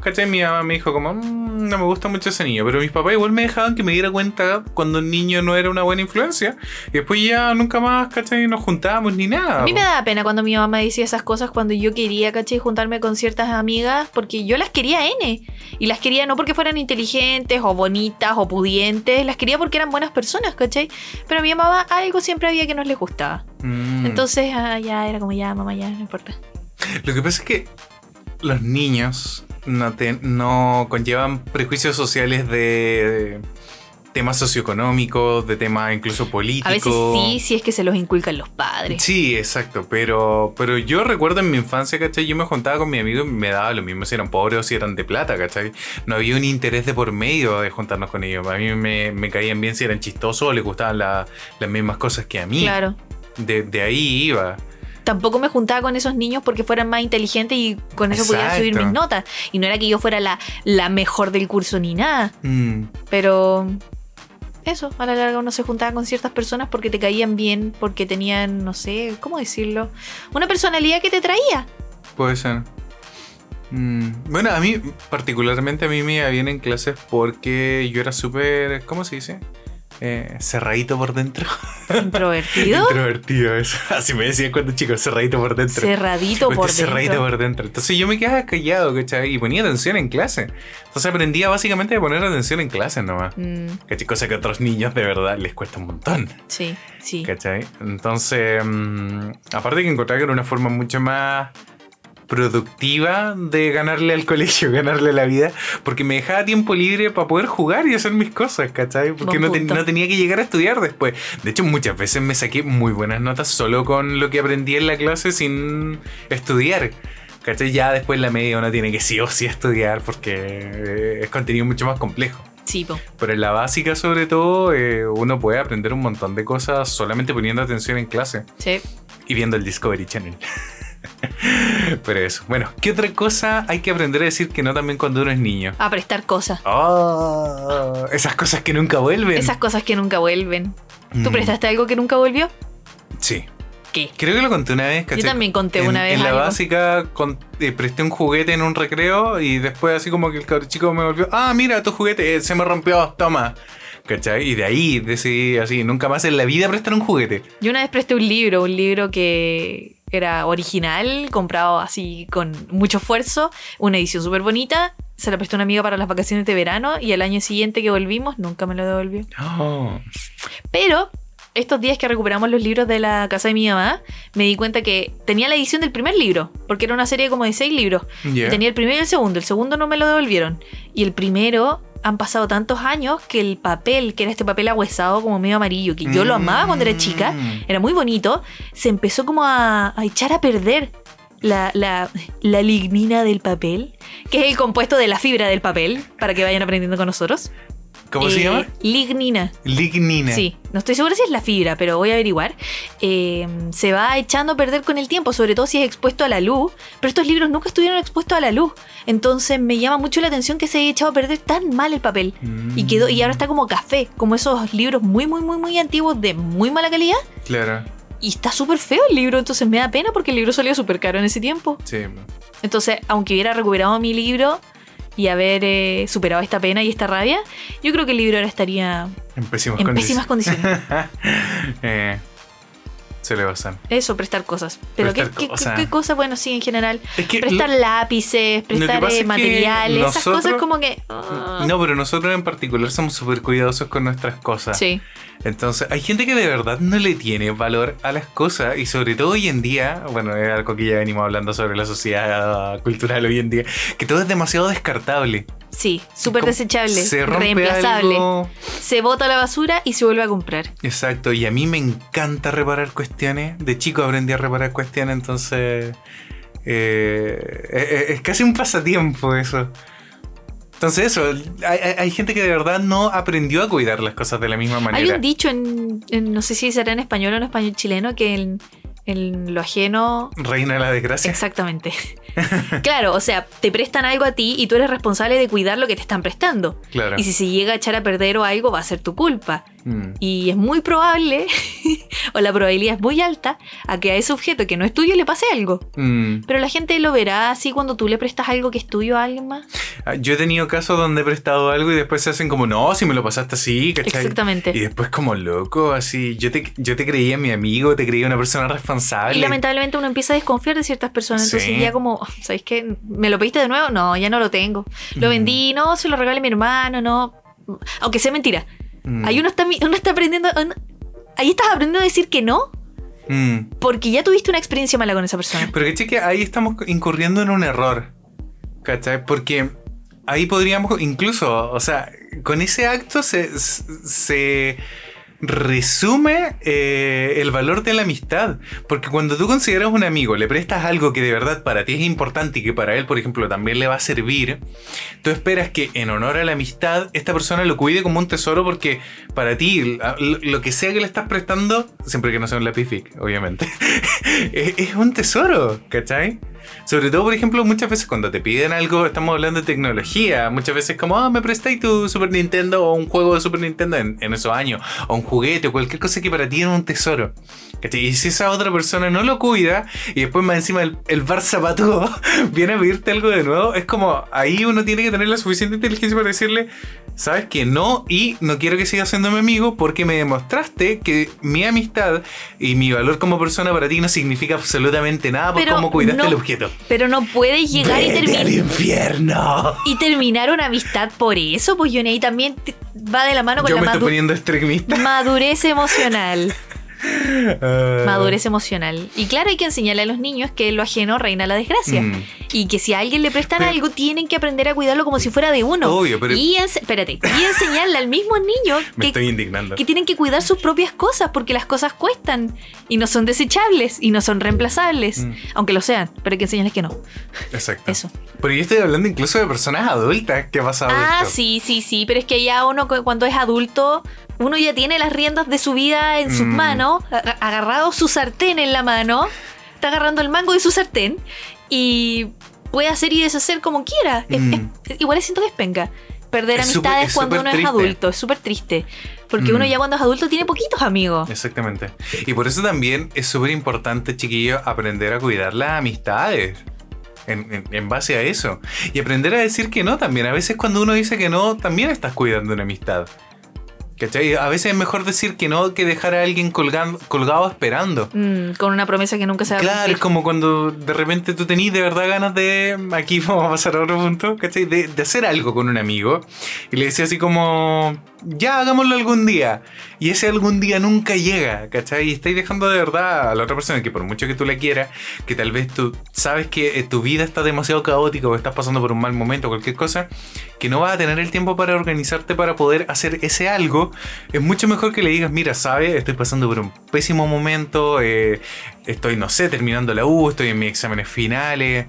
¿Cachai? Mi mamá me dijo, como, "Mm, no me gusta mucho ese niño. Pero mis papás igual me dejaban que me diera cuenta cuando un niño no era una buena influencia. Y después ya nunca más, ¿cachai? Nos juntábamos ni nada.
A mí me
po.
daba pena cuando mi mamá decía esas cosas cuando yo quería, ¿cachai? Juntarme con ciertas amigas porque yo las quería N. Y las quería no porque fueran inteligentes o bonitas o pudientes, las quería porque eran buenas personas, ¿cachai? Pero a mi mamá algo siempre había que no les gustaba.
Mm.
Entonces ah, ya era como ya, mamá, ya, no importa.
Lo que pasa es que los niños no, te- no conllevan prejuicios sociales de, de temas socioeconómicos, de temas incluso políticos.
A veces sí, sí es que se los inculcan los padres.
Sí, exacto, pero, pero yo recuerdo en mi infancia, ¿cachai? Yo me juntaba con mi amigo y me daba lo mismo si eran pobres o si eran de plata, ¿cachai? No había un interés de por medio de juntarnos con ellos. A mí me, me caían bien si eran chistosos o les gustaban la- las mismas cosas que a mí.
Claro.
De, de ahí iba.
tampoco me juntaba con esos niños porque fueran más inteligentes y con eso pudiera
Exacto.
subir mis notas. Y no era que yo fuera la, la mejor del curso ni nada.
Mm.
Pero eso, a la larga uno se juntaba con ciertas personas porque te caían bien, porque tenían, no sé, ¿cómo decirlo? Una personalidad que te traía.
Puede ser. Mm, Bueno, a mí, particularmente a mí me iba bien en clases porque yo era súper, ¿cómo se dice? eh, cerradito por dentro. [LAUGHS]
Introvertido.
Introvertido, eso. Así me decían cuando chicos, cerradito por dentro.
Cerradito
Este
por
cerradito
dentro.
por dentro. Entonces yo me quedaba callado, ¿cachai? Y ponía atención en clase. Entonces aprendía básicamente a poner atención en clase nomás.
Mm,
¿Cachai? Cosa que a otros niños de verdad les cuesta un montón.
sí, sí.
¿Cachai? Entonces, mm, aparte que encontraba que era una forma mucho más productiva de ganarle al colegio, [LAUGHS] ganarle a la vida, porque me dejaba tiempo libre para poder jugar y hacer mis cosas, ¿cachai? Porque
Buen
no, te-
punto.
no tenía que llegar a estudiar después. De hecho, muchas veces me saqué muy buenas notas solo con lo que aprendí en la clase sin estudiar. ¿Cachai? Ya después en la media uno tiene que sí o sí estudiar porque eh, es contenido mucho más complejo.
Sí, po.
Pero en la básica, sobre todo, eh, uno puede aprender un montón de cosas solamente poniendo atención en clase
Sí.
y viendo el Discovery Channel. [LAUGHS] Pero eso. Bueno, ¿qué otra cosa hay que aprender a decir que no también cuando uno es niño?
A prestar cosas.
Oh, esas cosas que nunca vuelven.
Esas cosas que nunca vuelven. ¿Tú
Mm,
prestaste algo que nunca volvió?
Sí.
¿Qué?
Creo que lo conté una vez, ¿cachai?
Yo también conté
En-
una vez
En la
algo.
básica con- eh, presté un juguete en un recreo y después así como que el cabrón chico me volvió, ah, mira, tu juguete eh, se me rompió, toma. ¿Cachai? Y de ahí decidí así, nunca más en la vida prestar un juguete.
Yo una vez presté un libro, un libro que era original, comprado así con mucho esfuerzo, una edición súper bonita. Se la prestó una amiga para las vacaciones de verano y el año siguiente que volvimos nunca me lo devolvió.
Oh,
Pero estos días que recuperamos los libros de la casa de mi mamá, me di cuenta que tenía la edición del primer libro, porque era una serie como de seis libros.
ya.
Y tenía el primero y el segundo. El segundo no me lo devolvieron. Y el primero han pasado tantos años que el papel, que era este papel ahuesado como medio amarillo, que yo lo amaba cuando era chica,
Mm.
era muy bonito, se empezó como a, a echar a perder la, la- la lignina del papel, que es el compuesto de la fibra del papel, para que vayan aprendiendo con nosotros.
¿Cómo se
Eh,
llama?
Lignina.
Lignina.
Sí, no estoy segura si es la fibra, pero voy a averiguar. Eh, se va echando a perder con el tiempo, sobre todo si es expuesto a la luz. Pero estos libros nunca estuvieron expuestos a la luz. Entonces me llama mucho la atención que se haya echado a perder tan mal el papel.
Mm.
Y quedó, y ahora está como café, como esos libros muy, muy, muy, muy antiguos de muy mala calidad.
Claro,
Y está súper feo el libro, entonces me da pena porque el libro salió súper caro en ese tiempo.
sí.
Entonces, aunque hubiera recuperado mi libro y haber eh, superado esta pena y esta rabia, yo creo que el libro ahora estaría
En pésimas
en
condiciones.
pésimas condiciones.
[LAUGHS] Eh, se le pasan.
Eso, prestar cosas. Pero
Prestar
¿qué, qué-
cosa.
qué cosa, bueno, sí, en general.
Es que
Prestar lápices, prestar
pasa
eh,
es que
materiales, esas
nosotros-
cosas como que... ah,
No, pero nosotros en particular somos súper cuidadosos con nuestras cosas.
Sí,
Entonces, hay gente que de verdad no le tiene valor a las cosas y sobre todo hoy en día, bueno, es algo que ya venimos hablando sobre la sociedad cultural hoy en día, que todo es demasiado descartable.
sí, súper
Como
desechable,
Se rompe
reemplazable.
algo.
Se bota a la basura y se vuelve a comprar.
Exacto, y a mí me encanta reparar cuestiones. De chico aprendí a reparar cuestiones, entonces eh, es, es casi un pasatiempo eso. Entonces eso, hay, hay- hay gente que de verdad no aprendió a cuidar las cosas de la misma
Hay
manera.
un dicho en, en- no sé si será en español o en español chileno, que en, en lo ajeno...
Reina la desgracia. [LAUGHS]
Exactamente. claro, o sea, te prestan algo a ti y tú eres responsable de cuidar lo que te están prestando.
Claro.
Y si se llega a echar a perder o algo, va a ser tu culpa.
Mm.
Y es muy probable, [LAUGHS] o la probabilidad es muy alta, a que a ese objeto que no es tuyo le pase algo.
Mm.
Pero la gente lo verá así cuando tú le prestas algo que es tuyo a alguien más.
Ah, Yo he tenido casos donde he prestado algo y después se hacen como, no, si me lo pasaste así, ¿cachai? Y
Exactamente.
después como loco, así, yo te, yo te creía mi amigo, te creía una persona responsable.
Y lamentablemente uno empieza a desconfiar de ciertas personas. Entonces
Sí.
ya como, "Oh, ¿sabes qué? ¿Me lo pediste de nuevo? No, ya no lo tengo. Lo
Mm.
vendí, no, se lo regalé a mi hermano, no. Aunque sea mentira.
Mm.
Ahí uno está, mi- uno está aprendiendo... uno- ahí estás aprendiendo a decir que no
Mm.
porque ya tuviste una experiencia mala con esa persona.
Pero caché que ahí estamos incurriendo en un error. ¿Cachai? Porque ahí podríamos, incluso, o sea, con ese acto se, se resume eh, el valor de la amistad. Porque cuando tú consideras un amigo, le prestas algo que de verdad para ti es importante y que para él, por ejemplo, también le va a servir, tú esperas que en honor a la amistad esta persona lo cuide como un tesoro porque para ti la- lo lo que sea que le estás prestando, siempre que no sea un lápiz fic, obviamente, es, Eh, es un tesoro, ¿cachai? Sobre todo, por ejemplo, muchas veces cuando te piden algo, estamos hablando de tecnología, muchas veces como, ah, me prestáis tu Super Nintendo o un juego de Super Nintendo en, en esos años, o un juguete o cualquier cosa que para ti era un tesoro. ¿Cachai? Y si esa otra persona no lo cuida y después más encima el, el bar zapatudo [LAUGHS] viene a pedirte algo de nuevo, es como ahí uno tiene que tener la suficiente inteligencia para decirle, sabes que no y no quiero que sigas siendo mi amigo porque me demostraste que mi amistad y mi valor como persona para ti no significa absolutamente nada por
Pero
cómo cuidaste
no-
el objeto.
Pero no puedes llegar y,
Vete al
terminar
infierno!
y terminar una amistad por eso, pues Johnny, ahí también te- va de la mano con
Yo
la
me estoy
madu-
poniendo extremista.
madurez
[LAUGHS]
emocional.
Ah.
[LAUGHS] Madurez emocional. Y claro, hay que enseñarle a los niños que lo ajeno reina la desgracia.
Mm.
Y que si a alguien le prestan
Pero-
algo, tienen que aprender a cuidarlo como si fuera de uno.
Obvio, pero-
Y, ens- espérate, y enseñarle al mismo niño
[LAUGHS] Me
que,
estoy indignando.
que tienen que cuidar sus propias cosas porque las cosas cuestan y no son desechables y no son reemplazables.
Mm. Ah.
Aunque lo sean, pero hay que enseñarles que no.
Exacto.
Eso.
Pero yo estoy hablando incluso de personas adultas que ha pasado
Ah,
esto.
sí, sí, sí, pero es que ya uno cu- cuando es adulto, uno ya tiene las riendas de su vida en sus
Mm.
manos, a- agarrado su sartén en la mano, está agarrando el mango de su sartén y puede hacer y deshacer como quiera. Es-
Mm.
es- igual siento que es penca. Perder
Es súper-
amistades
es
cuando
súper
uno es
triste.
adulto, es súper triste. Porque
Mm.
uno ya cuando es adulto tiene poquitos amigos.
Exactamente. Y por eso también es súper importante, chiquillo, aprender a cuidar las amistades. En, en- en base a eso. Y aprender a decir que no también. A veces cuando uno dice que no, también estás cuidando una amistad. ¿Cachai? A veces es mejor decir que no que dejar a alguien colgan- colgado esperando.
Mm, con una promesa que nunca se va a
Eh. Claro, es
cumplir.
como cuando de repente tú tenés de verdad ganas de. Aquí [LAUGHS] vamos a pasar a otro punto, ¿cachai? De, de hacer algo con un amigo. Y le decía así como. Ya, hagámoslo algún día. Y ese algún día nunca llega, ¿cachai? Y estáis dejando de verdad a la otra persona que, por mucho que tú la quieras, que tal vez tú sabes que eh, tu vida está demasiado caótica o estás pasando por un mal momento o cualquier cosa, que no vas a tener el tiempo para organizarte para poder hacer ese algo. Es mucho mejor que le digas, mira, sabes, estoy pasando por un pésimo momento, eh, estoy, no sé, terminando la U, estoy en mis exámenes finales.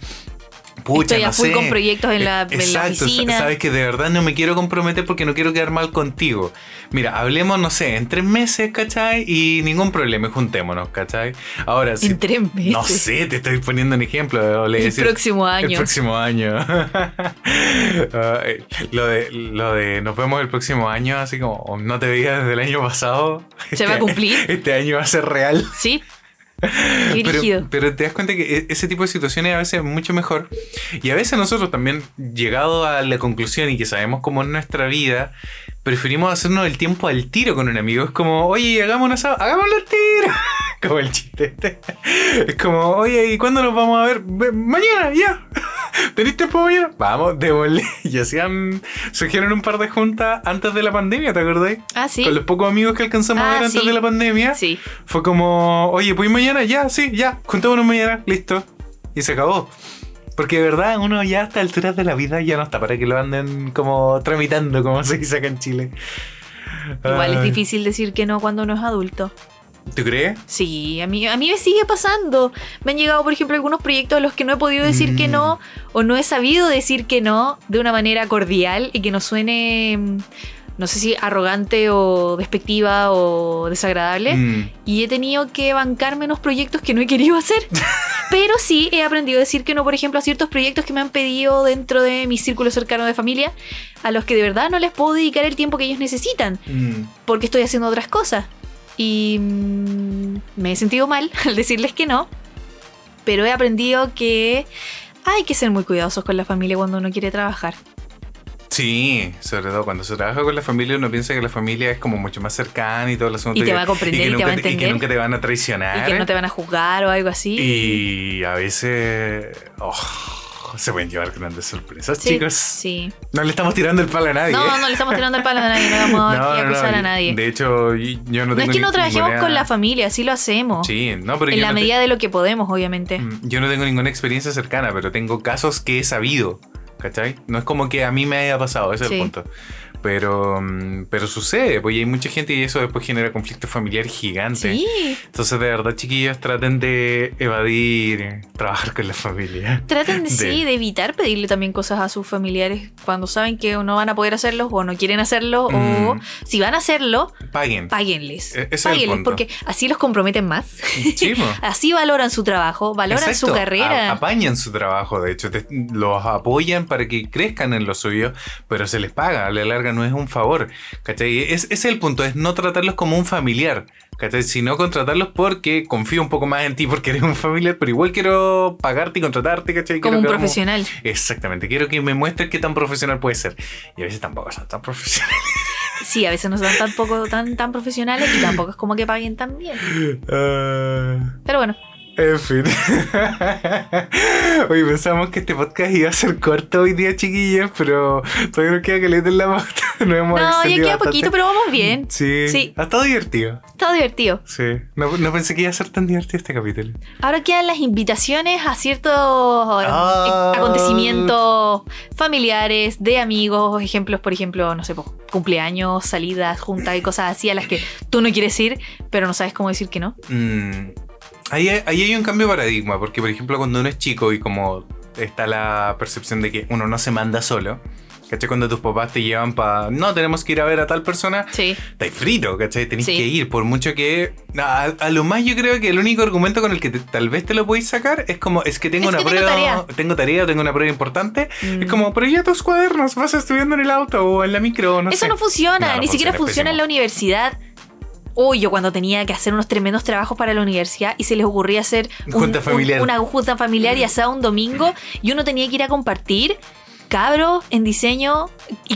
Pucha,
Estoy a
no
full
sé.
con proyectos en la,
Eh,
en la
Exacto, sa-
oficina.
sabes que de verdad no me quiero comprometer porque no quiero quedar mal contigo. Mira, hablemos, no sé, en tres meses, ¿cachai? Y ningún problema, y juntémonos, ¿cachai? Ahora, si,
en tres meses.
no sé, te estoy poniendo un ejemplo. o le
el
decís-
próximo
El
año.
próximo año. [LAUGHS] Ah, eh, lo, de, lo de nos vemos el próximo año, así como no te veía desde el año pasado.
Se va a cumplir.
Este año va a ser real.
Sí. Qué brígido.
[LAUGHS] Pero, pero te das cuenta que e- ese tipo de situaciones a veces es mucho mejor. Y a veces nosotros también, llegado a la conclusión y que sabemos cómo es nuestra vida, preferimos hacernos el tiempo al tiro con un amigo. Es como, oye, hagamos un asado, hagámoslo al tiro. [LAUGHS] como el chiste este. Es como, oye, ¿y cuándo nos vamos a ver? "Ve- Mañana, ya. [LAUGHS] ¿Tenéis tiempo mañana? Vamos, démosle. [LAUGHS] Y hacían, surgieron un par de juntas antes de la pandemia, ¿te acordáis?
Ah, sí.
Con los pocos amigos que alcanzamos
Ah,
a ver antes
sí.
de la pandemia.
Sí.
Fue como, oye, ¿puedes mañana? Ya, sí, ya, juntémonos mañana, listo. Y se acabó. Porque de verdad, uno ya a estas alturas de la vida ya no está para que lo anden como tramitando, como se dice acá en Chile.
Igual es
Ay,
difícil decir que no cuando uno es adulto.
¿Tú crees?
Sí, a mí, a mí me sigue pasando. Me han llegado, por ejemplo, algunos proyectos a los que no he podido decir que
Mm.
no o no he sabido decir que no de una manera cordial y que no suene, mm, no sé si arrogante o despectiva o desagradable.
Mm,
Y he tenido que bancarme unos proyectos que no he
[LAUGHS]
querido hacer. Pero sí he aprendido a decir que no, por ejemplo, a ciertos proyectos que me han pedido dentro de mi círculo cercano de familia, a los que de verdad no les puedo dedicar el tiempo que ellos necesitan
mm.
porque estoy haciendo otras cosas. Y mm, me he sentido mal [LAUGHS] al decirles que no, pero he aprendido que hay que ser muy cuidadosos con la familia cuando uno quiere trabajar.
Sí, sobre todo cuando se trabaja con la familia, uno piensa que la familia es como mucho más cercana y todo el asunto.
Y te va a comprender
que
y te
nunca
va a
Y que
entender.
nunca te van a traicionar.
Y que no te van a juzgar o algo así.
Y a veces oh, se pueden llevar grandes sorpresas,
Sí,
chicos.
Sí.
No le estamos tirando el palo a nadie. ¿eh?
No, no le estamos tirando el palo a nadie, no
[LAUGHS]
vamos
No,
aquí a
no,
acusar
no,
a nadie.
De hecho, y- yo no
No
tengo
es que
ni-
no trabajemos
ninguna-
con la familia, sí lo hacemos.
Sí, no, pero
en
yo,
la
no te-
medida de lo que podemos, obviamente.
Mm, yo no tengo ninguna experiencia cercana, pero tengo casos que he sabido, ¿cachai? No es como que a mí me haya pasado, ese es
Sí.
el punto. Pero, mm, pero sucede, pues y hay mucha gente y eso después genera conflicto familiar gigante.
Sí.
Entonces, de verdad, chiquillos, traten de evadir trabajar con la familia.
Traten de,
De-
sí, de evitar pedirle también cosas a sus familiares cuando saben que no van a poder hacerlos o no quieren hacerlo o
Mm.
si van a hacerlo,
Paguen.
páguenles.
E- ese es el
páguenles,
punto.
porque así los comprometen más.
Sí,
[LAUGHS]
po.
Así valoran su trabajo, valoran su
Exacto.
carrera.
A- apañan su trabajo, de hecho, te- los apoyan para que crezcan en lo suyo, pero se les paga, a la larga carga, no es un favor. ¿Cachai? Es, ese es el punto, es no tratarlos como un familiar. ¿Cachai? Sino contratarlos porque confío un poco más en ti porque eres un familiar, pero igual quiero pagarte y contratarte, ¿cachai?
Como
Quiero
un
que hagamos-
profesional.
Exactamente, quiero que me muestres qué tan profesional puede ser. Y a veces tampoco son tan profesionales.
Sí, a veces no son tan, poco, tan, tan profesionales y tampoco es como que paguen tan bien.
Ah,
Pero bueno,
en fin. Hoy pensamos que este podcast iba a ser corto hoy día, chiquillos, pero todavía nos queda que le den la pauta. [LAUGHS] Nos hemos
no, ya
extendido
queda
bastante.
poquito, pero vamos bien.
Sí.
Sí.
Ha estado divertido.
Está divertido.
Sí. No, no pensé que iba a ser tan divertido este capítulo.
Ahora quedan las invitaciones a ciertos
Ah.
eh, acontecimientos familiares, de amigos, ejemplos, por ejemplo, no sé, po, cumpleaños, salidas, juntas y cosas así a las que tú no quieres ir, pero no sabes cómo decir que no.
Mm, Ahí, ahí hay un cambio de paradigma, porque por ejemplo cuando uno es chico y como está la percepción de que uno no se manda solo, ¿cachai? Cuando tus papás te llevan para, no, tenemos que ir a ver a tal persona,
Sí.
estáis frito, ¿cachai? Tenéis
Sí.
que ir, por mucho que... A, a lo más yo creo que el único argumento con el que te- tal vez te lo podéis sacar es como, es que tengo
Es
una
que tengo
prueba,
tarea.
tengo tarea, tengo una prueba importante, [LAUGHS]
Mm.
es como, pero ya tus cuadernos, vas estudiando en el auto o en la micro, no
Eso
sé.
no funciona,
No, no
ni siquiera
funciona,
funciona
es
en la
pésimo.
universidad. Uy, yo cuando tenía que hacer unos tremendos trabajos para la universidad y se les ocurría hacer
Junta familiar. Mm.
una junta familiar y asada un domingo y uno tenía que ir a compartir cabros en diseño y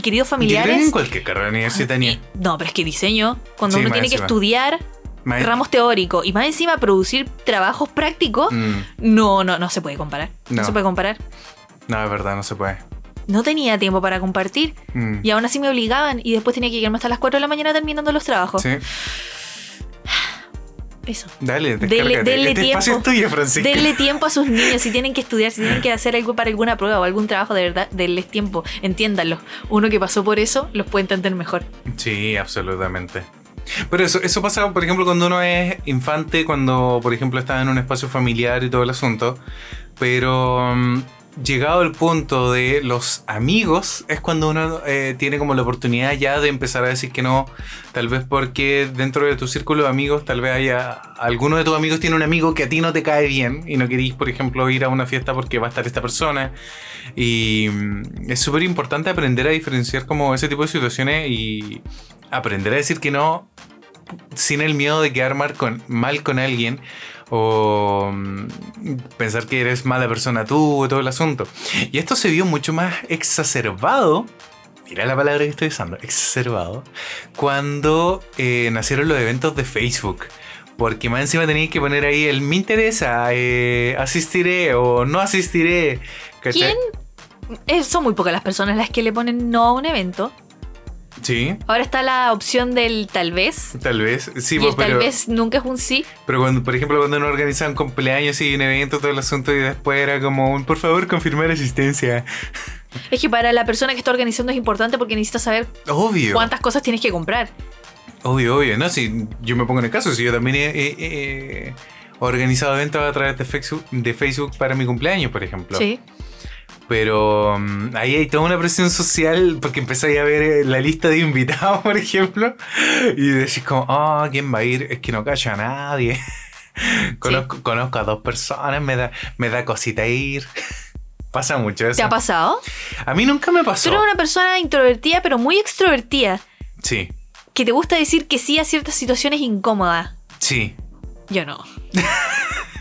Yo
queridos
creo que
familiares. Ah,
en cualquier carrera universitaria.
No, pero es que diseño, cuando
Sí,
uno
más
tiene que
encima.
estudiar
Maest-
ramos teóricos y más encima producir trabajos prácticos,
Mm,
no, no, no se puede comparar. No,
No.
se puede comparar.
no, es verdad, no se puede.
No tenía tiempo para compartir
Mm.
y aún así me obligaban y después tenía que quedarme hasta las 4 de la mañana terminando los trabajos.
Sí,
Eso.
dale,
Dele-
descárgate.
dele
este espacio es
tiempo.
tuyo, Francisca.
Denle tiempo a sus niños si tienen que estudiar, si tienen que hacer algo para alguna prueba o algún trabajo, de verdad, denles tiempo. Entiéndanlo. Uno que pasó por eso los puede entender mejor.
Sí, absolutamente. Pero eso, eso pasa, por ejemplo, cuando uno es infante, cuando, por ejemplo, está en un espacio familiar y todo el asunto. Pero mm, llegado el punto de los amigos, es cuando uno eh, tiene como la oportunidad ya de empezar a decir que no. Tal vez porque dentro de tu círculo de amigos, tal vez haya alguno de tus amigos tiene un amigo que a ti no te cae bien y no querís, por ejemplo, ir a una fiesta porque va a estar esta persona. Y mm, es súper importante aprender a diferenciar como ese tipo de situaciones y aprender a decir que no sin el miedo de quedar mal con, mal con alguien o mm, pensar que eres mala persona tú o todo el asunto. Y esto se vio mucho más exacerbado. Mira la palabra que estoy usando, exacerbado. Cuando eh, nacieron los eventos de Facebook. Porque más encima tenías que poner ahí el me interesa, eh, asistiré o no asistiré. ¿cachai?
¿Quién? Eh, son muy pocas las personas las que le ponen no a un evento.
Sí,
Ahora está la opción del tal vez.
tal vez. Sí,
y el
pues, pero,
tal vez nunca es un sí.
pero cuando, por ejemplo, cuando uno organizaba un cumpleaños y un evento, todo el asunto, y después era como, un, por favor, confirmar asistencia.
Es que para la persona que está organizando es importante porque necesita saber
Obvio.
cuántas cosas tienes que comprar.
Obvio, obvio. No, si yo me pongo en el caso, si yo también he, he- he organizado eventos a través de Facebook, de Facebook para mi cumpleaños, por ejemplo.
Sí.
Pero mm, ahí hay toda una presión social porque empezáis a ver eh, la lista de invitados, [LAUGHS] por ejemplo, y decís como, ah, ¿quién va a ir? Es que no cacho a nadie. [LAUGHS] Conozco, conozco a dos personas, me da, me da cosita ir. [LAUGHS] Pasa mucho eso.
¿Te ha pasado?
a mí nunca me
Tú
pasó.
eres una persona introvertida pero muy extrovertida
Sí,
que te gusta decir que sí a ciertas situaciones incómodas.
sí.
Yo no.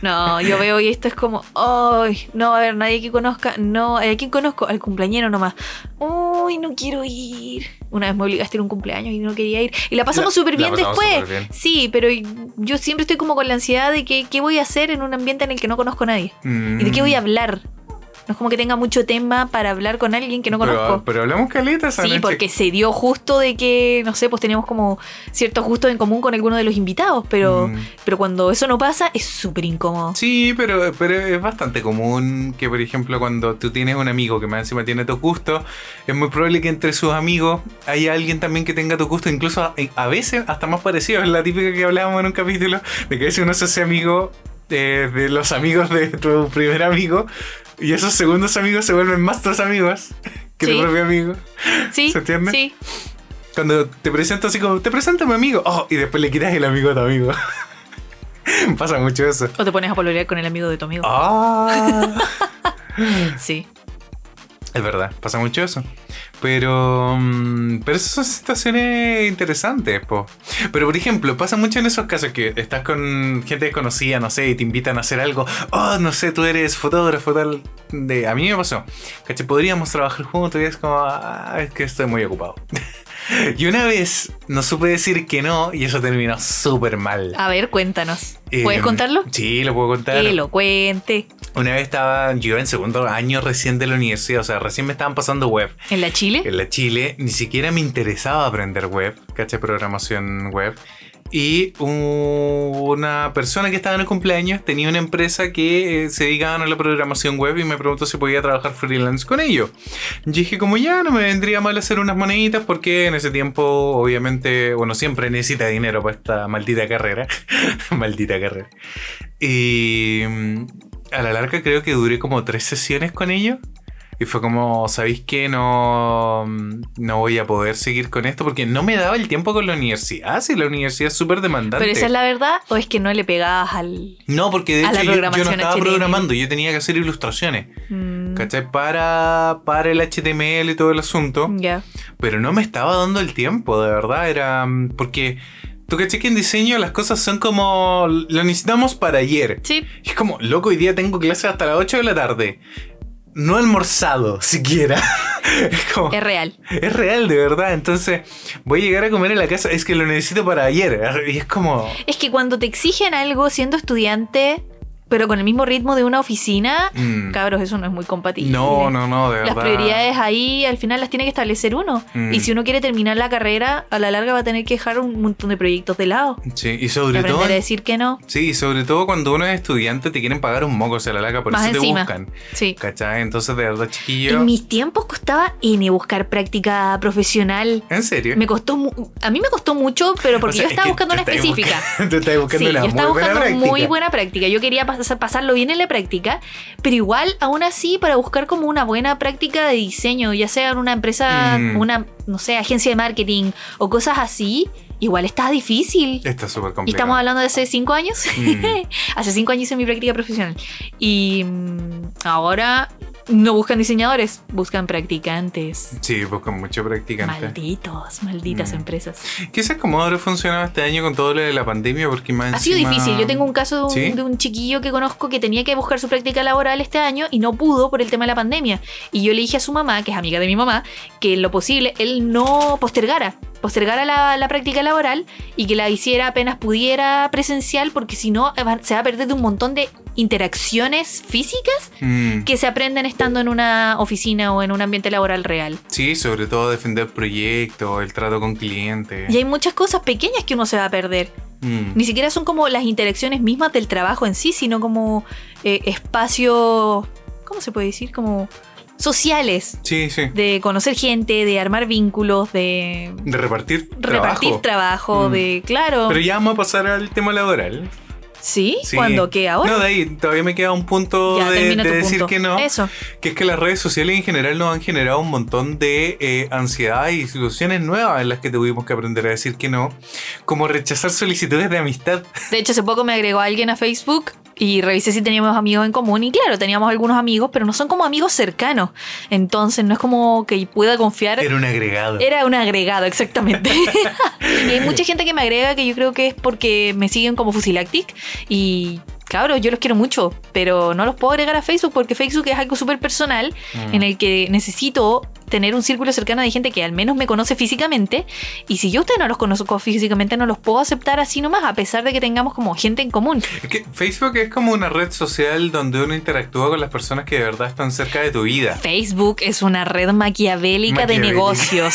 No, yo veo y esto es como, ¡ay! No va a haber nadie que conozca. No, eh, ¿a quién conozco? Al cumpleañero nomás. ¡Uy! No quiero ir. Una vez me obligaste a ir a un cumpleaños y no quería ir. Y la pasamos
La-
súper
la
bien
pasamos
después.
súper bien.
Sí, pero yo siempre estoy como con la ansiedad de que, qué voy a hacer en un ambiente en el que no conozco a nadie. ¿Y de qué
Mm.
voy a hablar? No es como que tenga mucho tema para hablar con alguien que no
pero,
conozco.
pero hablamos caleta, esa
Sí,
noche.
porque se dio justo de que, no sé, pues teníamos como ciertos gustos en común con alguno de los invitados, pero,
Mm.
pero cuando eso no pasa es súper incómodo.
Sí, pero, pero es bastante común que, por ejemplo, cuando tú tienes un amigo que más encima tiene tu gusto, es muy probable que entre sus amigos haya alguien también que tenga tu gusto, incluso a, eh, a veces hasta más parecido. Es la típica que hablábamos en un capítulo, de que a veces uno se hace amigo eh, de los amigos de tu primer amigo y esos segundos amigos se vuelven más tus amigos que
Sí.
tu propio amigo.
¿Sí?
¿se entiende?
Sí.
Cuando te presento así como, te presento a mi amigo, oh, y después le quitas el amigo a tu amigo. [LAUGHS] Pasa mucho eso.
O te pones a pololear con el amigo de tu amigo.
Ah.
Sí.
Es verdad, pasa mucho eso. Pero, mm, pero esas son situaciones interesantes, po. Pero por ejemplo, pasa mucho en esos casos que estás con gente desconocida, no sé, y te invitan a hacer algo. Oh, no sé, tú eres fotógrafo, tal. De... A mí me pasó. ¿Cachai? Podríamos trabajar juntos y es como, ah, es que estoy muy ocupado. [LAUGHS] y una vez no supe decir que no y eso terminó súper mal.
A ver, cuéntanos. Ah, ¿Puedes
Em,
contarlo?
Sí, lo puedo contar.
Que lo cuente.
Una vez estaba yo en segundo año recién de la universidad, o sea, recién me estaban pasando web.
¿En la Chile?
En la Chile ni siquiera me interesaba aprender web, caché programación web. Y una persona que estaba en el cumpleaños tenía una empresa que eh, se dedicaba a la programación web y me preguntó si podía trabajar freelance con ello. Yo dije, como ya, no me vendría mal hacer unas moneditas porque en ese tiempo, obviamente, bueno, siempre necesita dinero para esta maldita carrera. [LAUGHS] maldita carrera. Y mm, a la larga creo que duré como tres sesiones con ellos. Y fue como, ¿sabéis qué? No, mm, no voy a poder seguir con esto porque no me daba el tiempo con la universidad. Si la universidad es súper demandante.
¿Pero esa es la verdad o es que no le pegabas al...
No, porque de
a la
hecho yo- yo, no
programación
estaba
HTML.
programando, yo tenía que hacer ilustraciones.
Mm,
¿Cachai? Para, para el HTML y todo el asunto.
ya.
Pero no me estaba dando el tiempo, de verdad. Era. mm, Porque. Tú caché que en diseño las cosas son como. Lo necesitamos para ayer.
Sí,
Y es como, loco, hoy día tengo clases hasta las 8 de la tarde. No he almorzado siquiera. [LAUGHS] es como.
es real.
Es real, de verdad. Entonces, voy a llegar a comer en la casa. Es que lo necesito para ayer. Y es como.
Es que cuando te exigen algo siendo estudiante, pero con el mismo ritmo de una oficina,
mm,
cabros, eso no es muy compatible.
no, no, no, de verdad.
Las prioridades ahí al final las tiene que establecer uno.
Mm.
Y si uno quiere terminar la carrera, a la larga va a tener que dejar un montón de proyectos de lado.
Sí, y
Y
sobre todo.
aprender a decir que no.
Sí, y sobre todo cuando uno es estudiante te quieren pagar un moco, o sea, la laca, por
Más
eso
encima.
te buscan.
Sí.
¿Cachai? Entonces, de verdad, chiquillo.
En mis tiempos costaba N buscar práctica profesional.
¿En serio?
Me costó mu- a mí me costó mucho, pero porque
O sea,
yo estaba
es que te
buscando una
estáis
específica.
buscando- [LAUGHS] te estáis [LAUGHS] buscando
Sí,
una
yo estaba
muy buena
buscando
práctica.
muy buena práctica. Yo quería pas- pasarlo bien en la práctica, pero igual, aún así, para buscar como una buena práctica de diseño, ya sea en una empresa,
Mm.
una, no sé, agencia de marketing o cosas así, igual está difícil.
Está súper
Y estamos
complicado.
hablando de hace cinco años.
Mm.
[LAUGHS] hace cinco años hice mi práctica profesional. Y mm, ahora no buscan diseñadores, buscan practicantes.
Sí, pues con mucho practicante.
Malditos, malditas
Mm.
empresas.
Quizás como ahora funcionaba este año con todo lo de la pandemia, porque más
Ha sido
encima-
difícil. Yo tengo un caso de un,
¿Sí?
de un chiquillo que conozco que tenía que buscar su práctica laboral este año y no pudo por el tema de la pandemia. Y yo le dije a su mamá, que es amiga de mi mamá, que en lo posible él no postergara, postergara la, la práctica laboral y que la hiciera apenas pudiera presencial, porque si no eh, va- se va a perder de un montón de interacciones físicas
Mm.
que se aprenden estando en una oficina o en un ambiente laboral real.
Sí, sobre todo defender proyectos, el trato con clientes.
Y hay muchas cosas pequeñas que uno se va a perder.
Mm.
Ni siquiera son como las interacciones mismas del trabajo en sí, sino como eh, espacios, ¿cómo se puede decir? Como sociales,
Sí, sí.
de conocer gente, de armar vínculos, de
De repartir
repartir
trabajo.
trabajo,
Mm.
de, claro,
Pero ya vamos a pasar al tema laboral.
¿sí?
Sí.
cuando que ahora
No, de ahí todavía me queda un punto
ya
de,
termina
de
tu
decir
punto.
que no.
Eso,
Que es que las redes sociales en general nos han generado un montón de eh, ansiedad y situaciones nuevas en las que tuvimos que aprender a decir que no. Como rechazar solicitudes de amistad.
de hecho hace poco me agregó alguien a Facebook y revisé si teníamos amigos en común y claro, teníamos algunos amigos, pero no son como amigos cercanos, entonces no es como que pueda confiar
Era un agregado.
Era un agregado, exactamente. [LAUGHS] y hay mucha gente que me agrega que yo creo que es porque me siguen como Fusilactic y. Claro, yo los quiero mucho, pero no los puedo agregar a Facebook porque Facebook es algo súper personal
Mm.
en el que necesito tener un círculo cercano de gente que al menos me conoce físicamente. Y si yo a ustedes no los conozco físicamente, no los puedo aceptar así nomás, a pesar de que tengamos como gente en común.
Es que Facebook es como una red social donde uno interactúa con las personas que de verdad están cerca de tu vida. [LAUGHS]
Facebook es una red maquiavélica de
Maquiavélica.
negocios.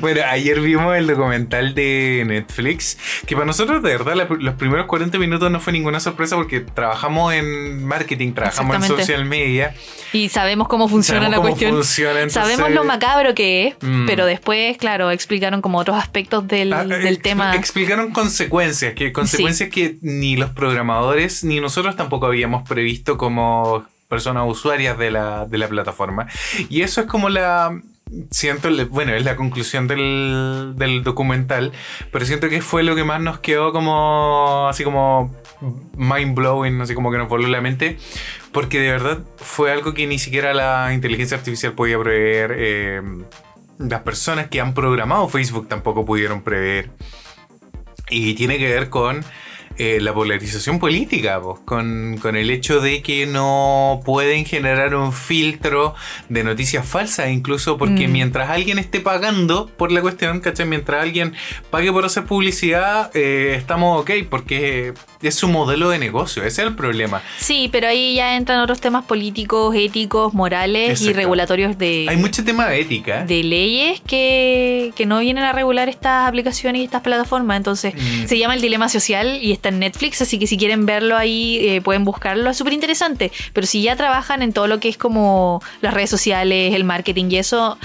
bueno, ayer vimos el documental de Netflix, que para nosotros de verdad la- los primeros 40 minutos no fue ninguna sorpresa porque trabajamos en marketing, trabajamos en
Exactamente.
social media,
Y sabemos cómo funciona
sabemos
la
cómo
cuestión.
funciona, entonces-
Sabemos lo macabro que es,
Mm.
pero después, claro, explicaron como otros aspectos del,
Ah,
del
expli-
tema.
Explicaron consecuencias, que consecuencias que ni los programadores ni nosotros tampoco habíamos previsto como personas usuarias de la, de la plataforma. Y eso es como la... Siento, le- bueno, es la conclusión del, del documental, pero siento que fue lo que más nos quedó como así como mind blowing, así como que nos voló la mente, porque de verdad fue algo que ni siquiera la inteligencia artificial podía prever, eh, las personas que han programado Facebook tampoco pudieron prever. Y tiene que ver con eh, la polarización política, pues, con, con el hecho de que no pueden generar un filtro de noticias falsas, incluso porque
Mm.
mientras alguien esté pagando por la cuestión, ¿cachai? Mientras alguien pague por hacer publicidad, eh, estamos ok, porque es su modelo de negocio, ese es el problema.
Sí, pero ahí ya entran otros temas políticos, éticos, morales y
Exacto.
regulatorios de,
Hay mucho tema de ética.
de leyes que, que no vienen a regular estas aplicaciones y estas plataformas. Entonces,
Mm.
se llama El Dilema Social y está en Netflix, así que si quieren verlo ahí eh, pueden buscarlo. Es súper interesante. Pero si ya trabajan en todo lo que es como las redes sociales, el marketing y eso,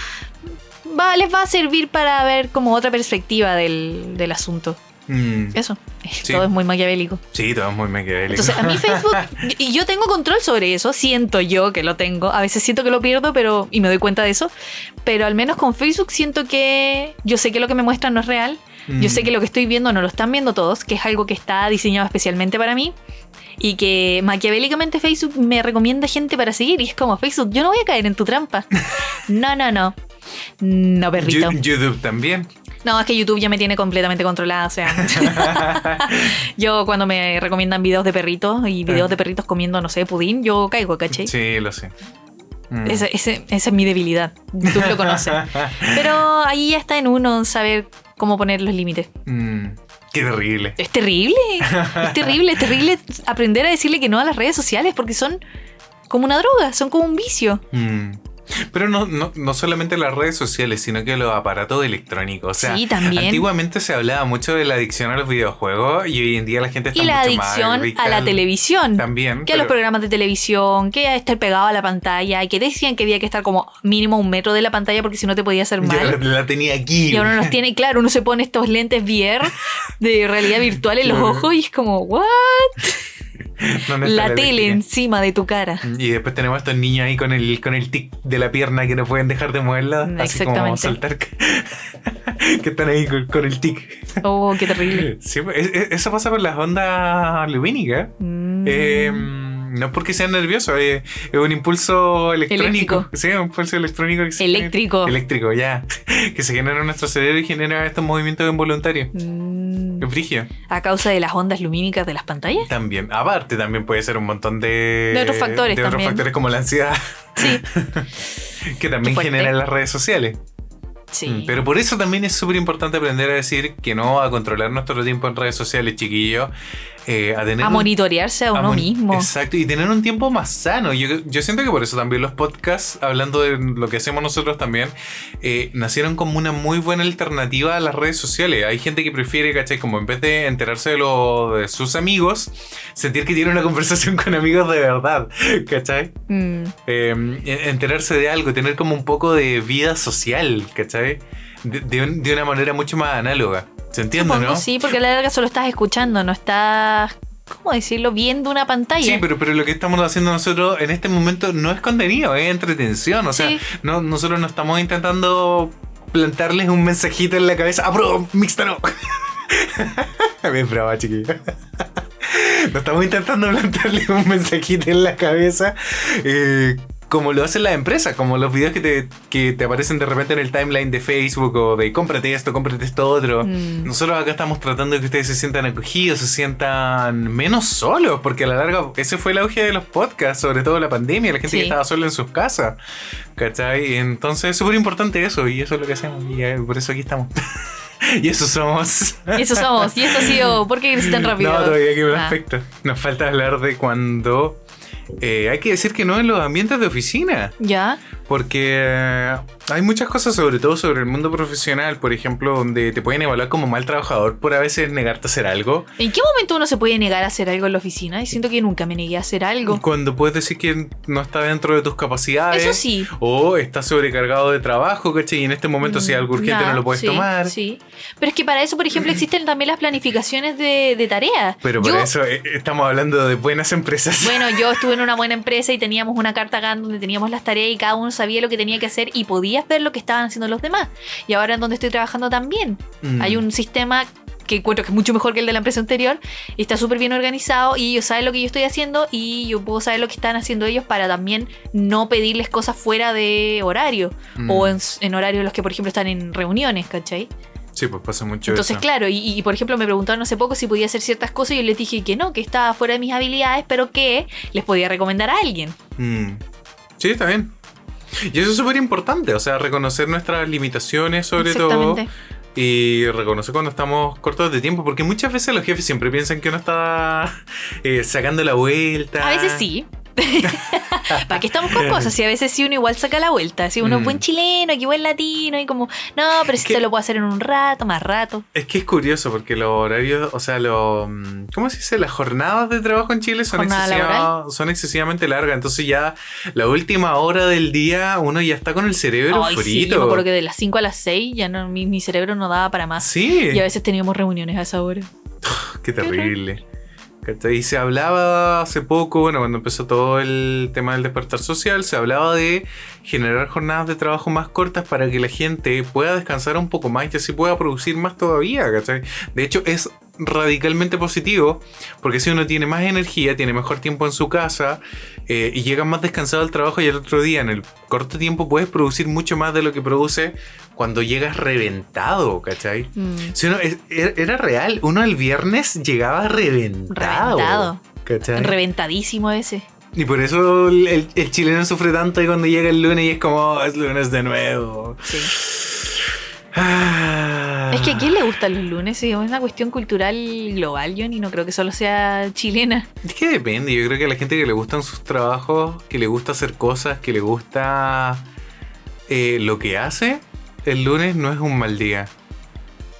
va, les va a servir para ver como otra perspectiva del, del asunto.
Mm.
Eso.
Sí.
Todo es muy maquiavélico.
Sí, todo es muy maquiavélico.
Entonces, a mí Facebook, y yo tengo control sobre eso, siento yo que lo tengo, a veces siento que lo pierdo, pero, y me doy cuenta de eso, pero al menos con Facebook siento que yo sé que lo que me muestran no es real, yo
Mm.
sé que lo que estoy viendo no lo están viendo todos, que es algo que está diseñado especialmente para mí, y que maquiavélicamente Facebook me recomienda gente para seguir, y es como, Facebook, yo no voy a caer en tu trampa.
[LAUGHS]
No, no, no. No, perrito.
Mm. Yo- YouTube también.
No, es que YouTube ya me tiene completamente controlada,
[LAUGHS]
o sea. Yo cuando me recomiendan videos de perritos y videos de perritos comiendo, no sé, pudín, yo caigo, ¿cachai?
Sí, lo sé. Mm.
Ese- ese- esa es mi debilidad. Tú lo conoces. Pero ahí ya está en uno saber cómo poner los límites.
[LAUGHS] Mm, Qué terrible.
Es terrible. Es terrible, es terrible aprender a decirle que no a las redes sociales porque son como una droga, son como un vicio.
Mm. Pero no, no, no solamente las redes sociales, sino que los aparatos electrónicos. O sea,
Sí, también.
antiguamente se hablaba mucho de la adicción a los videojuegos y hoy en día la gente está
Y la
mucho más
adicción
adicta
a la
al-
televisión.
También.
Que a los
pero-
programas de televisión, que a estar pegado a la pantalla, y que decían que había que estar como mínimo un metro de la pantalla porque si no te podía hacer mal.
Yo la, la tenía aquí.
Y
[LAUGHS]
ahora los tiene, claro, uno se pone estos lentes VR de realidad virtual en los
Claro.
ojos y es como, ¿what?
¿Dónde está
La tele
alegría?
encima de tu cara.
Y después tenemos a estos niños ahí con el, con el tic de la pierna que no pueden dejar de moverla. Así como
Exactamente.
saltar. [LAUGHS] que están ahí con, con el tic.
Oh, qué terrible.
Sí, es- es- eso pasa por las ondas lumínicas.
Mm.
Eh, no es porque sean nerviosos, eh, es un impulso electrónico.
Eléctrico.
Sí, un impulso electrónico. que se
Eléctrico.
genera- eléctrico, ya. [LAUGHS] Que se genera en nuestro cerebro y genera estos movimientos involuntarios.
Mm.
Es frigio.
A causa de las ondas lumínicas de las pantallas.
También, aparte, también puede ser un montón de,
De otros factores
de otros
también.
factores como la ansiedad, [LAUGHS]
Sí,
que también
fuerte.
generan las redes sociales.
sí.
Mm, Pero por eso también es súper importante aprender a decir que no, a controlar nuestro tiempo en redes sociales, chiquillos. eh, a tener
a
un-
monitorearse a uno
Amor,
mismo.
Ah, Exacto, y tener un tiempo más sano. Yo, yo siento que por eso también los podcasts, hablando de lo que hacemos nosotros también, eh, nacieron como una muy buena alternativa a las redes sociales. Hay gente que prefiere, ¿cachai? Como en vez de enterarse de, lo, de sus amigos, sentir que tiene una conversación con amigos de verdad, ¿cachai?
Mm.
Eh, enterarse de algo, tener como un poco de vida social, ¿cachai? De, de un- de una manera mucho más análoga. ¿Se entiende,
Supongo
no?
sí, porque a la larga solo estás escuchando, no estás, ¿cómo decirlo?, viendo una pantalla.
Sí, pero, pero lo que estamos haciendo nosotros en este momento no es contenido, es entretención. O sea,
Sí.
no, nosotros no estamos intentando plantarles un mensajito en la cabeza. ¡Apro! ¡Mixta no! [LAUGHS] Bien brava, chiquilla. No estamos intentando plantarles un mensajito en la cabeza. eh, como lo hacen las empresas, como los videos que te, que te aparecen de repente en el timeline de Facebook o de cómprate esto, cómprate esto otro.
Mm.
Nosotros acá estamos tratando de que ustedes se sientan acogidos, se sientan menos solos, porque a la larga ese fue el auge de los podcasts, sobre todo la pandemia, la gente
Sí.
que estaba sola en sus casas. ¿Cachai? Entonces es súper importante eso, y eso es lo que hacemos, y eh, por eso aquí estamos. [LAUGHS] y eso somos.
Y eso somos. Y eso ha sido. ¿Por qué eres tan rápido?
No, todavía queda un
Ah.
aspecto. Nos falta hablar de cuando. eh, hay que decir que no en los ambientes de oficina.
Ya.
Porque eh, hay muchas cosas, sobre todo sobre el mundo profesional, por ejemplo, donde te pueden evaluar como mal trabajador por a veces negarte a hacer algo.
¿En qué momento uno se puede negar a hacer algo en la oficina? Y siento que nunca me negué a hacer algo.
Cuando puedes decir que no está dentro de tus capacidades.
Eso sí.
O estás sobrecargado de trabajo, ¿cachai? Y en este momento, si hay algo urgente,
Mm, Ya,
no lo puedes
sí,
tomar.
Sí. Pero es que para eso, por ejemplo, existen también las planificaciones de, de tareas.
Pero
Yo-
por eso eh, estamos hablando de buenas empresas.
Bueno, yo estuve en una buena empresa y teníamos una carta GAN donde teníamos las tareas y cada uno sabía lo que tenía que hacer y podías ver lo que estaban haciendo los demás. Y ahora en donde estoy trabajando también.
[LAUGHS] Mm.
Hay un sistema que encuentro que es mucho mejor que el de la empresa anterior, y está súper bien organizado y ellos saben lo que yo estoy haciendo y yo puedo saber lo que están haciendo ellos para también no pedirles cosas fuera de horario
Mm.
o en, en horarios en los que, por ejemplo, están en reuniones, ¿cachai?
Sí, pues pasa mucho
Entonces,
eso.
claro, y, y, por ejemplo me preguntaron hace poco si podía hacer ciertas cosas y yo les dije que no, que estaba fuera de mis habilidades, pero que les podía recomendar a alguien.
Mm. Sí, está bien. Y eso es súper importante, o sea, reconocer nuestras limitaciones sobre todo
Exactamente.
y reconocer cuando estamos cortos de tiempo, porque muchas veces los jefes siempre piensan que uno está [LAUGHS] eh, sacando la vuelta.
A veces sí. [LAUGHS] ¿Para qué estamos con cosas? Si a veces sí uno igual saca la vuelta. Si uno
Mm.
es buen chileno, aquí buen latino, y como, no, pero si
¿Qué?
te lo puedo hacer en un rato, más rato.
Es que es curioso porque los horarios, o sea, lo, mm, ¿cómo se dice? Las jornadas de trabajo en Chile son,
Jornada
excesiva-
laboral.
son excesivamente largas, entonces ya la última hora del día uno ya está con el cerebro
Ay, sí,
frito.
yo me acuerdo que de las 5 a las 6 ya no, mi, mi cerebro no daba para más.
Sí.
Y a veces teníamos reuniones a esa hora.
[LAUGHS] Qué terrible. ¿Cachai? Y se hablaba hace poco, bueno, cuando empezó todo el tema del despertar social, se hablaba de generar jornadas de trabajo más cortas para que la gente pueda descansar un poco más y así pueda producir más todavía, ¿cachai? De hecho, es radicalmente positivo, porque si uno tiene más energía, tiene mejor tiempo en su casa eh, y llega más descansado al trabajo y al otro día, en el corto tiempo, puedes producir mucho más de lo que produce cuando llegas reventado, ¿cachai?
Mm.
Si uno, es- era era real, uno el viernes llegaba reventado.
Reventado.
¿cachai?
Reventadísimo a veces.
y por eso el, el- el chileno sufre tanto y cuando llega el lunes y es como, "Oh, es lunes de nuevo.
Sí.
Ah.
Es que a quién le gustan los lunes, Sí, es una cuestión cultural global, yo y no creo que solo sea chilena.
Es que depende, yo creo que a la gente que le gustan sus trabajos, que le gusta hacer cosas, que le gusta eh, lo que hace, el lunes no es un mal día.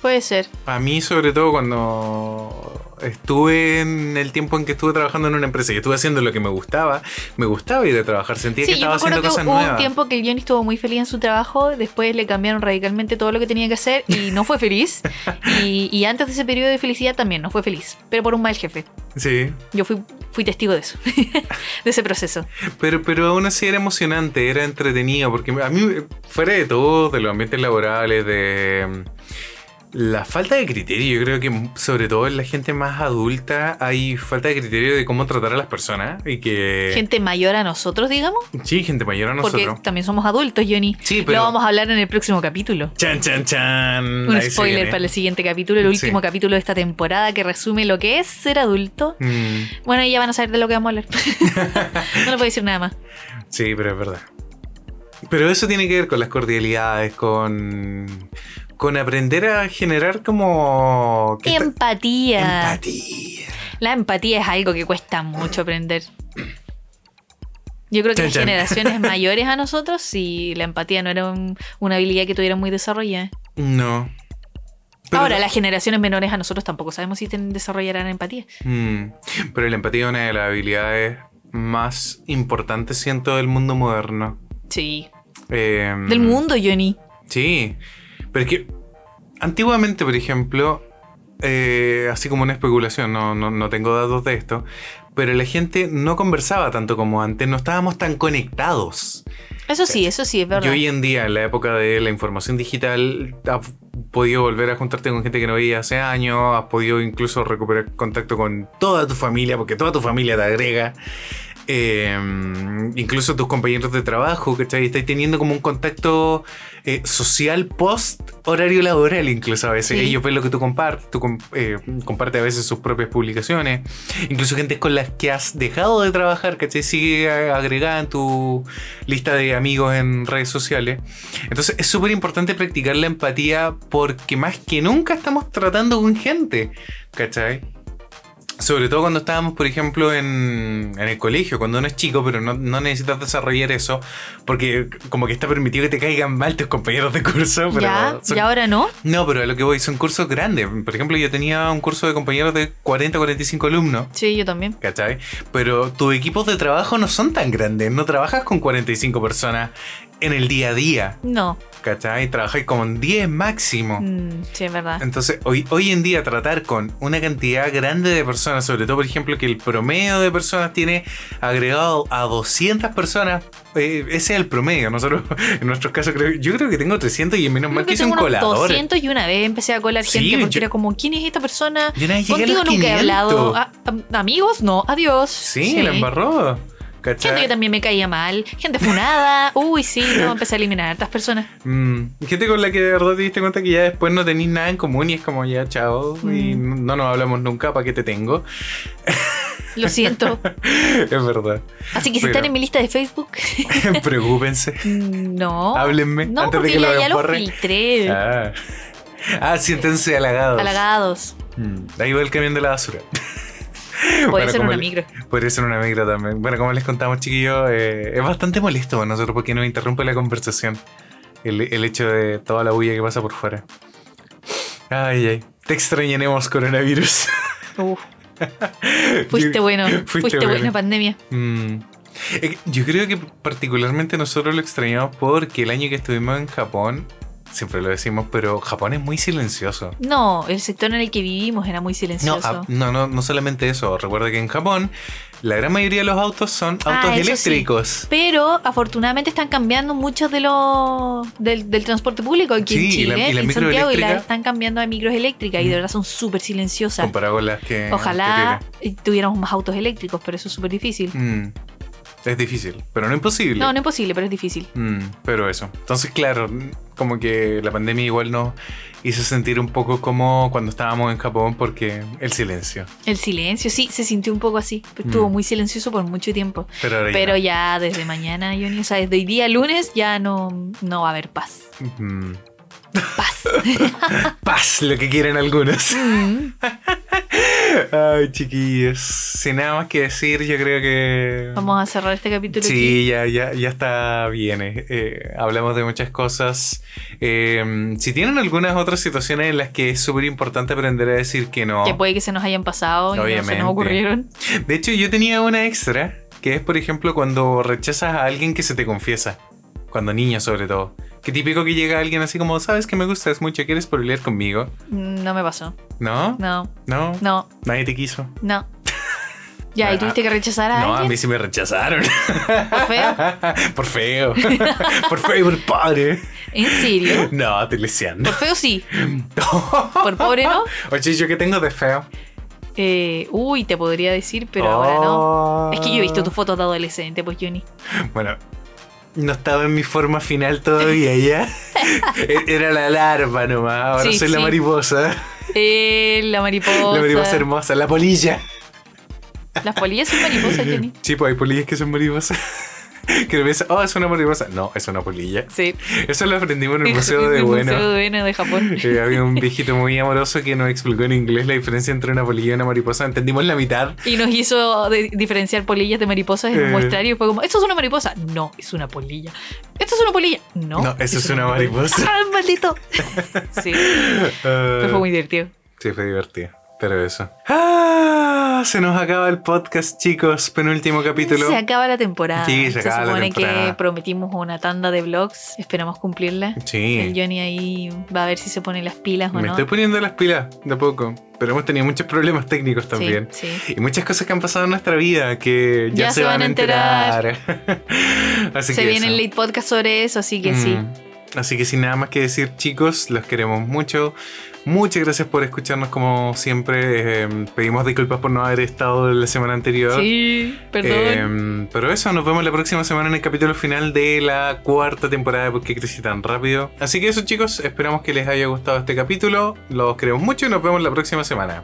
Puede ser.
A mí, sobre todo, cuando estuve en el tiempo en que estuve trabajando en una empresa y estuve haciendo lo que me gustaba, me gustaba ir a trabajar, sentía que
Sí, yo
estaba
me
haciendo
acuerdo que
cosas
hubo un
nuevas.
tiempo que el Johnny estuvo muy feliz en su trabajo, después le cambiaron radicalmente todo lo que tenía que hacer y no fue
[LAUGHS]
feliz. y, y antes de ese periodo de felicidad también no fue feliz, pero por un mal jefe.
Sí,
Yo fui, fui testigo de eso, [LAUGHS] de ese proceso.
pero, pero aún así era emocionante, era entretenido, porque a mí, fuera de todo, de los ambientes laborales, de mm, la falta de criterio, yo creo que mm, sobre todo en la gente más adulta hay falta de criterio de cómo tratar a las personas y que...
Gente mayor a nosotros, digamos,
sí, gente mayor a Eh. nosotros.
porque también somos adultos, Johnny.
Sí, pero-
Lo vamos a hablar en el próximo capítulo.
Chan, chan, chan.
Un
Ahí se
spoiler
viene.
para el siguiente capítulo, el
Sí.
último capítulo de esta temporada que resume lo que es ser adulto.
Mm.
Bueno, ahí ya van a saber de lo que vamos a hablar. [LAUGHS] no le puedo decir nada más.
Sí, pero es verdad. Pero eso tiene que ver con las cordialidades, con, con aprender a generar como... que esta-
Empatía.
empatía.
La empatía es algo que cuesta mucho aprender. Yo creo que
Chan,
las
chan. [LAUGHS]
generaciones mayores a nosotros, si la empatía no era un- una habilidad que tuvieran muy desarrollada.
No. Pero-
Ahora, las generaciones menores a nosotros tampoco sabemos si ten- desarrollarán empatía.
Mm. pero la empatía es una de las habilidades más importantes, siento, del mundo moderno.
Sí.
Eh,
Del mundo, Johnny.
Sí. Pero es que antiguamente, por ejemplo, eh, así como una especulación, no, no, no tengo datos de esto, pero la gente no conversaba tanto como antes, no estábamos tan conectados.
Eso sí, eso sí, es
Eh, Y
verdad.
hoy en día, en la época de la información digital, has podido volver a juntarte con gente que no veía hace años, has podido incluso recuperar contacto con toda tu familia, porque toda tu familia te agrega. Eh, incluso tus compañeros de trabajo, ¿cachai? Estáis teniendo como un contacto eh, social post horario laboral, incluso a veces.
Sí.
Ellos ven lo que tú compartes, tú com- eh, compartes a veces sus propias publicaciones. Incluso gente con las que has dejado de trabajar, ¿cachai? Sigue a- agregada en tu lista de amigos en redes sociales. Entonces es súper importante practicar la empatía porque más que nunca estamos tratando con gente, ¿cachai? Sobre todo cuando estábamos, por ejemplo, en, en el colegio, cuando uno es chico, pero no, no necesitas desarrollar eso, porque como que está permitido que te caigan mal tus compañeros de curso, pero
ya,
son-
y ahora no.
no, pero a lo que voy, son cursos grandes. Por ejemplo, yo tenía un curso de compañeros de 40 45 alumnos.
Sí, yo también.
¿Cachai? Pero tus equipos de trabajo no son tan grandes, no trabajas con 45 personas en el día a día.
No.
¿Cachai? Trabajáis con 10 máximo.
Mm, sí, es verdad.
Entonces, hoy, hoy en día tratar con una cantidad grande de personas, sobre todo, por ejemplo, que el promedio de personas tiene agregado a 200 personas, eh, ese es el promedio. Nosotros, [LAUGHS] en nuestros casos, creo, yo creo que tengo 300 y menos mal
Creo
que
que
hice un
tengo unos
colador.
200 y una vez empecé a colar
Sí,
gente porque
yo-
era como, ¿quién es esta persona?
Yo una vez llegué a
Contigo
los
nunca he
500.
hablado. Ah, A- a- amigos, no, adiós.
Sí, la embarró. ¿Cachai?
Gente que también me caía mal,
[LAUGHS]
gente funada. Uy, sí, no, empecé a eliminar a estas personas.
Mm, gente con la que de verdad te diste cuenta que ya después no tenéis nada en común y es como ya chao y
Mm.
no no nos hablamos nunca, ¿para qué te tengo? [LAUGHS]
Lo siento.
es verdad. [LAUGHS]
Así que si
Pero-
están en mi lista de Facebook, mm,
Preocúpense,
no.
háblenme
Oh, No,
antes de
porque
que
ya,
lo
ya los
embarren.
filtré.
Ah. Ah, siéntense halagados.
Halagados.
Mm, Ahí va el camión de la basura.
[LAUGHS] Puede
Bueno,
ser
como
una
el-
micro.
Podría ser una migra también. Bueno, como les contamos, chiquillos, eh, es bastante molesto para nosotros porque nos interrumpe la conversación. El, el hecho de toda la bulla que pasa por fuera. Ay, ay. Te extrañaremos, coronavirus. [LAUGHS]
Uf, fuiste bueno. Fuiste, buena pandemia.
Mm. Es que Yo creo que particularmente nosotros lo extrañamos porque el año que estuvimos en Japón, siempre lo decimos, pero Japón es muy silencioso.
No, el sector en el que vivimos era muy
No,
silencioso.
ah, no, no, no solamente eso. Recuerda que en Japón la gran mayoría de los autos son autos
Ah, eso sí.
eléctricos.
Pero afortunadamente están cambiando muchos de los del, del transporte público aquí
Sí,
en
y la-
Chile,
y la
en
micro
Santiago, y
eléctrica.
las están cambiando a micros eléctricas y
Mm.
de verdad son súper silenciosas.
Comparado con las que.
Ojalá
que
eh, tuviéramos más autos eléctricos, pero eso es súper difícil.
tienen. Mm. Es difícil, pero no imposible.
No, no es posible, pero es difícil.
Mm, pero eso. Entonces, claro, como que la pandemia igual nos hizo sentir un poco como cuando estábamos en Japón porque el silencio.
El silencio, sí, se sintió un poco así. Estuvo
Mm.
muy silencioso por mucho tiempo.
Pero ahora ya
Pero
no.
ya desde mañana, Johnny, o sea, desde hoy día lunes ya no, no va a haber paz.
Mm. [LAUGHS]
Paz. [LAUGHS]
Paz, lo que quieren algunos. [LAUGHS]
Mm.
Ay, chiquillos. Sin nada más que decir, yo creo que.
Vamos a cerrar este capítulo. aquí.
Sí, ya, ya, ya está bien. eh, eh, hablamos de muchas cosas. Eh, si tienen algunas otras situaciones en las que es súper importante aprender a decir que no.
Que puede que se nos hayan pasado y no se
Obviamente.
nos ocurrieron.
De hecho, yo tenía una extra, que es, por ejemplo, cuando rechazas a alguien que se te confiesa. Cuando niño, sobre todo. Que típico que llega alguien así como, sabes que me gustas mucho, ¿quieres pololear conmigo?
Mm, No me pasó.
¿No?
No,
¿No?
no,
¿Nadie te quiso?
no. Ya, y
Ah.
tuviste que rechazar a
No, a
alguien.
mí sí me rechazaron.
¿Fue feo?
[LAUGHS] por feo. por feo y por padre.
¿En serio?
No, te leseando.
Por
[LAUGHS]
feo sí. Por pobre no.
Oye, ¿yo qué tengo de feo?
Eh, uy, te podría decir, pero ahora no. Es que yo he visto tus fotos de adolescente, pues Johnny.
Oh. Bueno, no estaba en mi forma final todavía, ¿ya?
[LAUGHS]
E- Era la larva nomás, ahora
Sí,
soy la
sí.
mariposa.
Eh, la mariposa.
La mariposa hermosa, la polilla.
Las polillas son mariposas, Johnny.
Sí, pues hay polillas que son mariposas. [LAUGHS] Que piensan, oh, es una mariposa. No, es una polilla. [LAUGHS]
Sí.
Eso lo aprendimos
[LAUGHS]
en el Museo de
El
Bueno.
Museo de Bueno de Japón.
Eh, había un viejito muy amoroso que nos explicó en inglés la diferencia entre una polilla y una mariposa. Entendimos la mitad.
Y nos hizo de- diferenciar polillas de mariposas en
Eh.
un muestrario. Y fue como, ¿esto es una mariposa? No, es una polilla. ¿Esto es una polilla? No.
No, eso es una mariposa.
¡Ah, maldito! sí, pero fue muy divertido.
Sí, fue divertido. Pero eso. ¡Ah! Se nos acaba el podcast, chicos. Penúltimo capítulo.
Se acaba la temporada.
Sí, se acaba la
supone que
temporada.
prometimos una tanda de vlogs. Esperamos cumplirla. El
Sí.
Johnny ahí va a ver si se pone las pilas o
Me
no.
estoy poniendo las pilas de a poco. Pero hemos tenido muchos problemas técnicos
Sí,
también.
Sí,
Y muchas cosas que han pasado en nuestra vida que ya, se, van, a enterar.
[LAUGHS]
Así
Se
que
viene
eso.
el late podcast sobre eso, así que sí.
Mm. Así que sin nada más que decir, chicos, los queremos mucho. Muchas gracias por escucharnos como siempre. Eh, pedimos disculpas por no haber estado la semana anterior.
Sí, perdón.
Eh, pero eso, nos vemos la próxima semana en el capítulo final de la cuarta temporada de Por qué crecí tan rápido. Así que eso, chicos, esperamos que les haya gustado este capítulo. Los queremos mucho y nos vemos la próxima semana.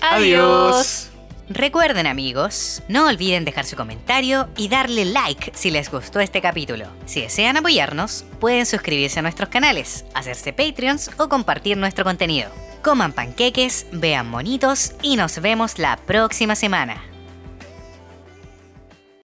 Adiós.
Recuerden amigos, no olviden dejar su comentario y darle like si les gustó este capítulo. Si desean apoyarnos, pueden suscribirse a nuestros canales, hacerse Patreons o compartir nuestro contenido. Coman panqueques, vean monitos y nos vemos la próxima semana.